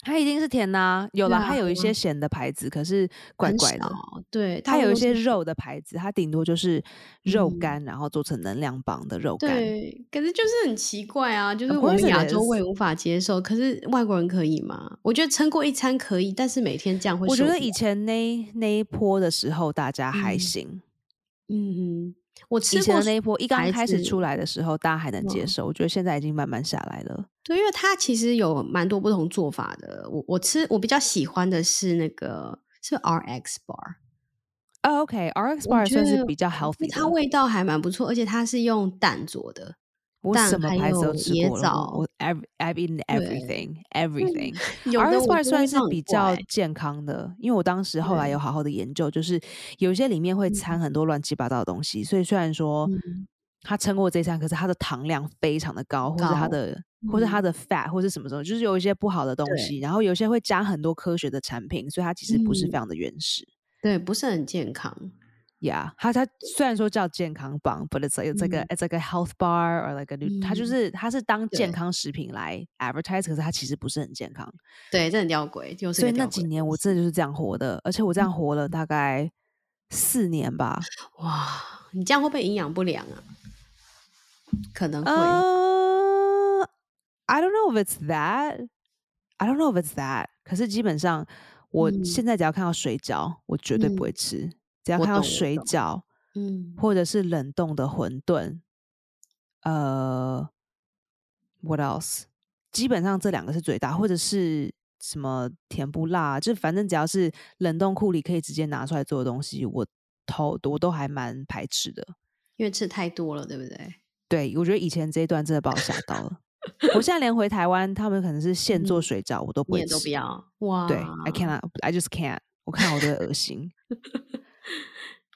Speaker 1: 它一定是甜的啊、有了
Speaker 2: 对啊
Speaker 1: 它有一些咸的牌子，可是怪
Speaker 2: 很
Speaker 1: 怪的。
Speaker 2: 少。对，大
Speaker 1: 它
Speaker 2: 部
Speaker 1: 有一
Speaker 2: 分
Speaker 1: 些
Speaker 2: 是
Speaker 1: 肉的牌子，它顶多就是肉
Speaker 2: 嗯
Speaker 1: 干，然后做成能量棒的肉干。
Speaker 2: 对，可是就是很奇怪啊，就是
Speaker 1: Of
Speaker 2: 我们
Speaker 1: course it
Speaker 2: 亚洲
Speaker 1: is
Speaker 2: 胃无法接受，可是外国人可以吗？我觉得撑过一餐可以，但是每天这样会
Speaker 1: 我觉
Speaker 2: 受
Speaker 1: 得
Speaker 2: 不
Speaker 1: 以
Speaker 2: 了
Speaker 1: 前那那一波的时候，大家还
Speaker 2: 嗯
Speaker 1: 行。
Speaker 2: 嗯哼，我
Speaker 1: 以
Speaker 2: 吃
Speaker 1: 前
Speaker 2: 过
Speaker 1: 的那一波一刚
Speaker 2: 牌
Speaker 1: 开始
Speaker 2: 子
Speaker 1: 出来的时候，大家还能接
Speaker 2: 嗯
Speaker 1: 受，我觉得现在已经慢慢下来了。
Speaker 2: 对，因为它其实有蛮多不同做法的。我我吃我比较喜欢的是那个是 RX bar，
Speaker 1: 哦 OK，RX
Speaker 2: 我
Speaker 1: bar
Speaker 2: 觉
Speaker 1: 算是
Speaker 2: 得
Speaker 1: 比较
Speaker 2: 我觉得
Speaker 1: healthy
Speaker 2: 它
Speaker 1: 的。
Speaker 2: 味道还蛮不错，而且它是用蛋做的。
Speaker 1: 我
Speaker 2: 蛋
Speaker 1: 什么
Speaker 2: 还
Speaker 1: 牌子都
Speaker 2: 有
Speaker 1: 吃
Speaker 2: 椰
Speaker 1: 过了，我我
Speaker 2: 枣
Speaker 1: every I've eaten
Speaker 2: 对
Speaker 1: everything everything。
Speaker 2: 有的
Speaker 1: RX
Speaker 2: 我
Speaker 1: bar
Speaker 2: 觉得
Speaker 1: 算
Speaker 2: 味
Speaker 1: 是
Speaker 2: 道很
Speaker 1: 比较
Speaker 2: 怪，
Speaker 1: 健康的，因为我当时后来
Speaker 2: 对
Speaker 1: 有好好的研究，就是有一些里面会
Speaker 2: 嗯
Speaker 1: 掺很多乱七八糟的东西，所以虽然说
Speaker 2: 嗯，
Speaker 1: 它撑过这一餐，可是它的糖量非常的高，或是它
Speaker 2: 高
Speaker 1: 的。或是它
Speaker 2: 嗯
Speaker 1: 的 fat 或是什么什么，就是有一些不好的东
Speaker 2: 对
Speaker 1: 西，然后有些会加很多科学的产品，所以它其实不是非
Speaker 2: 嗯
Speaker 1: 常的原始。
Speaker 2: 对，不是很健康。
Speaker 1: Yeah，它它虽然说叫健康棒，but it's like it's like a、it's like a health bar or like a nu- 它就
Speaker 2: 嗯
Speaker 1: 是它是当健
Speaker 2: 对
Speaker 1: 康食品来 advertise，可是它其实不是很健康。
Speaker 2: 对，这很吊诡，就是
Speaker 1: 所以
Speaker 2: 个
Speaker 1: 那
Speaker 2: 吊
Speaker 1: 几
Speaker 2: 诡
Speaker 1: 年我真的就是这样活的，而且我这
Speaker 2: 嗯
Speaker 1: 样活了大概四年吧。
Speaker 2: 哇，你这样会不会营养不良啊？可能会，
Speaker 1: 呃、i don't know if it's that. I don't know if it's that. 可是基本上，我
Speaker 2: 嗯
Speaker 1: 现在只要看到水饺，我绝对不会吃。只要
Speaker 2: 我
Speaker 1: 看到
Speaker 2: 懂我
Speaker 1: 水
Speaker 2: 懂
Speaker 1: 饺
Speaker 2: 嗯，
Speaker 1: 或者是冷冻的馄饨，呃，what else？基本上这两个是最大，或者是什么甜不辣，啊就反正只要是冷冻库里可以直接拿出来做的东西，我头我都还蛮排斥的。
Speaker 2: 因为吃太多了，对不对？
Speaker 1: 对，我觉得以前这一段真的把我吓到了。我现在连回台湾，他们可能是现做
Speaker 2: 嗯
Speaker 1: 水饺，我都不
Speaker 2: 你
Speaker 1: 会
Speaker 2: 也都
Speaker 1: 吃。
Speaker 2: 不要，哇，
Speaker 1: 对，I cannot, I just can't。我看我都会恶心，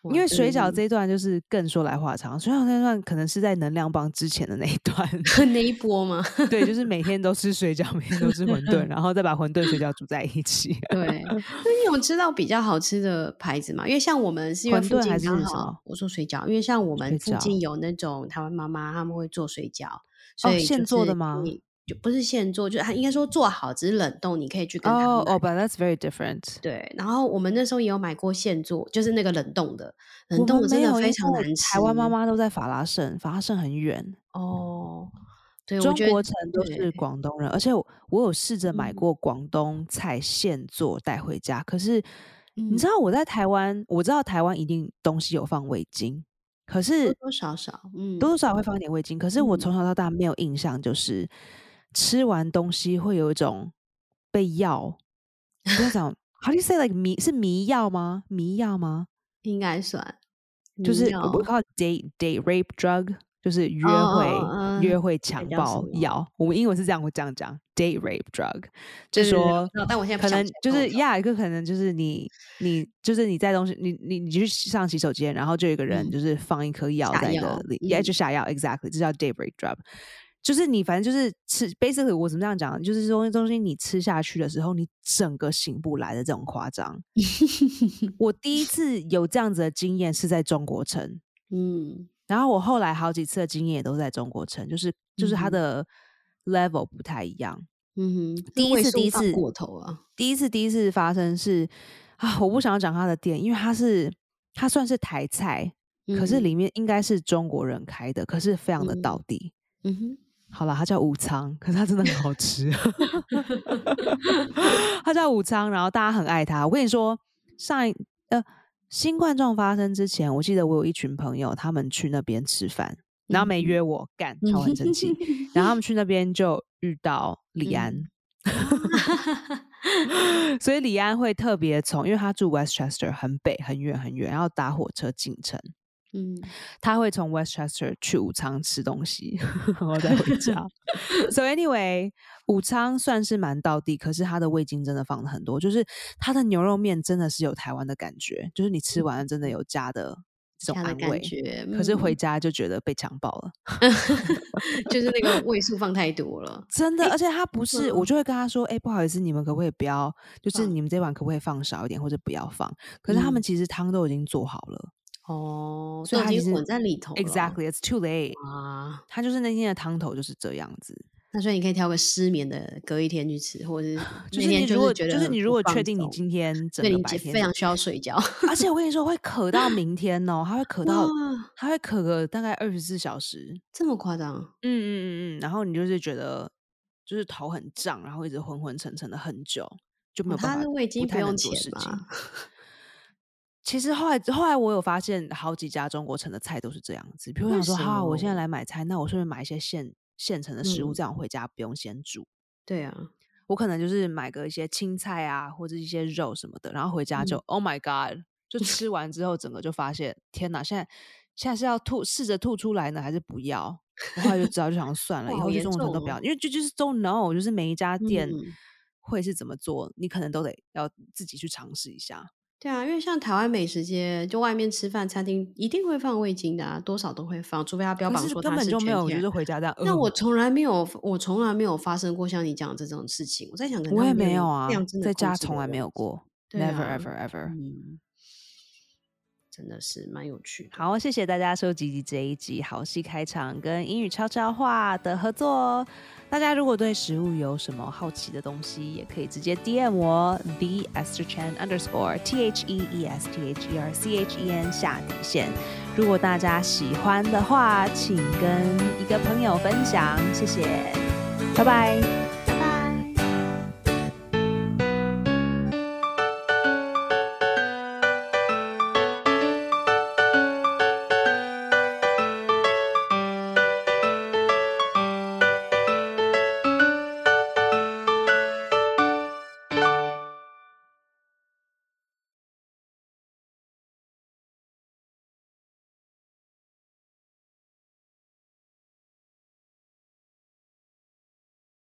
Speaker 2: 哇
Speaker 1: 因为水饺
Speaker 2: 真的
Speaker 1: 这一段就是更说来话长。水饺那段可能是在能量棒之前的那一段，
Speaker 2: 是那一波吗？
Speaker 1: 对，就是每天都吃水饺，每天都吃馄饨，然后再把馄饨水饺煮在一起。
Speaker 2: 对，那你有吃到比较好吃的牌子吗？因为像我们是因为
Speaker 1: 馄
Speaker 2: 附
Speaker 1: 饨
Speaker 2: 近
Speaker 1: 还是
Speaker 2: 刚
Speaker 1: 什么
Speaker 2: 好，我说水饺，因为像我们
Speaker 1: 水
Speaker 2: 附近
Speaker 1: 饺
Speaker 2: 有那种台湾妈妈，他们会做水饺，所以、
Speaker 1: 哦现做的吗？
Speaker 2: 就不是现做，就是它应该说做好，只是冷冻，你可以去跟他
Speaker 1: 哦
Speaker 2: 买
Speaker 1: 哦，But that's very different。
Speaker 2: 对，然后我们那时候也有买过现做，就是那个冷冻的，冷
Speaker 1: 我
Speaker 2: 冻
Speaker 1: 们
Speaker 2: 的真
Speaker 1: 没
Speaker 2: 的
Speaker 1: 有，因
Speaker 2: 非常
Speaker 1: 为
Speaker 2: 难吃。
Speaker 1: 台湾妈妈都在法拉盛，法拉盛很远。
Speaker 2: 哦，对，我
Speaker 1: 中
Speaker 2: 觉得
Speaker 1: 国城都是
Speaker 2: 对
Speaker 1: 广东人，而且我我有试着买
Speaker 2: 嗯
Speaker 1: 过广东菜现做带回家，可是你知
Speaker 2: 嗯
Speaker 1: 道我在台湾，我知道台湾一定东西有放味精，可
Speaker 2: 多
Speaker 1: 是
Speaker 2: 多少少，嗯，
Speaker 1: 多多少少会放一点味精，可是我
Speaker 2: 嗯
Speaker 1: 从小到大没有印象，就是吃完东西会有一种被药，你不要讲，How do you say like 迷是迷药吗？迷药吗？
Speaker 2: 应该算，嗯
Speaker 1: 就是
Speaker 2: 迷
Speaker 1: 我们
Speaker 2: 药
Speaker 1: call it date date rape drug，就是约会、
Speaker 2: 哦哦
Speaker 1: 约
Speaker 2: 嗯
Speaker 1: 会
Speaker 2: 那
Speaker 1: 强
Speaker 2: 叫什
Speaker 1: 暴
Speaker 2: 么
Speaker 1: 药。我们英文是这样，我这样讲 date rape drug，就
Speaker 2: 对
Speaker 1: 是
Speaker 2: 对对
Speaker 1: 说
Speaker 2: 我知道但我现在不
Speaker 1: 可
Speaker 2: 想
Speaker 1: 能
Speaker 2: 起来
Speaker 1: 就
Speaker 2: 但我
Speaker 1: 是
Speaker 2: 知道
Speaker 1: 呀，就可能就是你你就是你在东西你你你去上洗手间，然后就有一个人
Speaker 2: 嗯
Speaker 1: 就是放一颗药
Speaker 2: 下
Speaker 1: 在你
Speaker 2: 药
Speaker 1: 的里，也、
Speaker 2: 嗯
Speaker 1: 就下药，exactly，这叫 date rape drug。就是你，反正就是吃，basically 我怎么这样讲，啊就是东西东西你吃下去的时候，你整个醒不来的这种夸 张。我第一次有这样子的经验是在中国城，
Speaker 2: 嗯，
Speaker 1: 然后我后来好几次的经验也都是在中国城，就是就是它
Speaker 2: 嗯哼
Speaker 1: 的 level 不太一样。
Speaker 2: 嗯哼，
Speaker 1: 第
Speaker 2: 这
Speaker 1: 一
Speaker 2: 味
Speaker 1: 次
Speaker 2: 素
Speaker 1: 第一
Speaker 2: 放
Speaker 1: 次
Speaker 2: 过头啊了，
Speaker 1: 第一次第一次发生是啊，我不想要讲它的店，因为它是它算是台菜，可是
Speaker 2: 嗯
Speaker 1: 里面应该是中国人开的，可是非常的
Speaker 2: 嗯
Speaker 1: 道地。
Speaker 2: 嗯哼，
Speaker 1: 好啦，它叫武昌，可是它真的很好吃。 它叫武昌，然后大家很爱它。我跟你说，上一呃新冠状发生之前，我记得我有一群朋友，他们去那边吃饭，然后没
Speaker 2: 嗯
Speaker 1: 约我，干，超很生气。然后他们去那边就遇 到李安，
Speaker 2: 嗯啊
Speaker 1: 所以李安会特别从，因为他住 Westchester 很北很远很远，然后搭火车进城，
Speaker 2: 嗯，
Speaker 1: 他会从 Westchester 去武昌吃东西， 然后再回 家。so anyway，武昌算是蛮道地，可是它的味精真的放了很多，就是它的牛肉面真的是有台湾的感觉，就是你吃完了真的有家的这
Speaker 2: 这
Speaker 1: 种
Speaker 2: 样的
Speaker 1: 安
Speaker 2: 感
Speaker 1: 慰，
Speaker 2: 觉，
Speaker 1: 可是
Speaker 2: 嗯
Speaker 1: 回家就觉得被强暴了。
Speaker 2: 就是那个味素放太多 了，
Speaker 1: 真的，而且他不是，我
Speaker 2: 嗯
Speaker 1: 就会跟他说：“哎、不好意思，你们可不可以不要，就是
Speaker 2: 放
Speaker 1: 你们这碗可不可以放少一点，或者不要放？”可是他们
Speaker 2: 嗯
Speaker 1: 其实汤都已经做好了，
Speaker 2: 哦，
Speaker 1: 所以
Speaker 2: 都
Speaker 1: 他
Speaker 2: 已
Speaker 1: 其
Speaker 2: 经
Speaker 1: 实
Speaker 2: 混在里头了。
Speaker 1: exactly it's too late。
Speaker 2: 啊，
Speaker 1: 他就是那天的汤头就是这样子，
Speaker 2: 那所以你可以挑个失眠的，隔一天去吃，或者是
Speaker 1: 就是
Speaker 2: 那
Speaker 1: 你如
Speaker 2: 天是
Speaker 1: 果
Speaker 2: 觉
Speaker 1: 就
Speaker 2: 得
Speaker 1: 是你如
Speaker 2: 不
Speaker 1: 果
Speaker 2: 放
Speaker 1: 确定你
Speaker 2: 松
Speaker 1: 今天整
Speaker 2: 对
Speaker 1: 个
Speaker 2: 你
Speaker 1: 白
Speaker 2: 姐
Speaker 1: 天
Speaker 2: 非常需要睡觉，
Speaker 1: 而且我跟你说，会渴到 明天哦，它会渴到，
Speaker 2: 哇，
Speaker 1: 它会渴个大概二十四小时。
Speaker 2: 这么夸张？
Speaker 1: 嗯嗯嗯嗯，然后你就是觉得就是头很胀，然后一直昏昏沉沉的很久，就没
Speaker 2: 哦，
Speaker 1: 有办
Speaker 2: 他
Speaker 1: 法
Speaker 2: 的味
Speaker 1: 不
Speaker 2: 精不
Speaker 1: 太能
Speaker 2: 用
Speaker 1: 做
Speaker 2: 钱
Speaker 1: 事情。
Speaker 2: 吧？
Speaker 1: 其实后来后来我有发现，好几家中国城的菜都是这样子。比如我
Speaker 2: 为
Speaker 1: 想说，
Speaker 2: 什
Speaker 1: 哈、我现在
Speaker 2: 么
Speaker 1: 来买菜，那我顺便买一些现现成的食物，
Speaker 2: 嗯
Speaker 1: 这样我回家不用先煮。
Speaker 2: 对啊，
Speaker 1: 我可能就是买个一些青菜啊，或者一些肉什么的，然后回家就
Speaker 2: 嗯
Speaker 1: Oh my God，就吃完之后整个就发现，天哪！现在现在是要吐，试着吐出来呢，还是不要？我后来就知道，就 想算了，
Speaker 2: 哇，
Speaker 1: 以
Speaker 2: 好
Speaker 1: 后就
Speaker 2: 严
Speaker 1: 中国
Speaker 2: 重
Speaker 1: 城都不要，
Speaker 2: 哦。
Speaker 1: 因为就就是 don't know，就是每一家店
Speaker 2: 嗯，
Speaker 1: 会是怎么做，你可能都得要自己去尝试一下。
Speaker 2: 对啊，因为像台湾美食街，就外面吃饭餐厅一定会放味精的啊，多少都会放，除非他标
Speaker 1: 可
Speaker 2: 榜
Speaker 1: 是
Speaker 2: 说
Speaker 1: 根
Speaker 2: 它
Speaker 1: 本
Speaker 2: 是
Speaker 1: 就没
Speaker 2: 全
Speaker 1: 有，就
Speaker 2: 天
Speaker 1: 是回家这样。
Speaker 2: 但
Speaker 1: 嗯
Speaker 2: 我从来没有，我从来没有发生过像你讲的这种事情。我在想，可能
Speaker 1: 呃我
Speaker 2: 他
Speaker 1: 也
Speaker 2: 们没
Speaker 1: 没有
Speaker 2: 有量
Speaker 1: 啊，
Speaker 2: 真
Speaker 1: 在
Speaker 2: 的控
Speaker 1: 家
Speaker 2: 制
Speaker 1: 从
Speaker 2: 的
Speaker 1: 来没
Speaker 2: 问
Speaker 1: 有
Speaker 2: 题。
Speaker 1: 过
Speaker 2: 对
Speaker 1: ，never
Speaker 2: 啊，
Speaker 1: ever ever。
Speaker 2: 嗯，真的是蛮有趣的。
Speaker 1: 好，谢谢大家收集这一集好戏开场跟英语悄悄话的合作哦。大家如果对食物有什么好奇的东西，也可以直接 DM 我 the Esther Chen underscore T H E E S T H E R C H E N 下底线。如果大家喜欢的话，请跟一个朋友分享，谢谢，拜拜。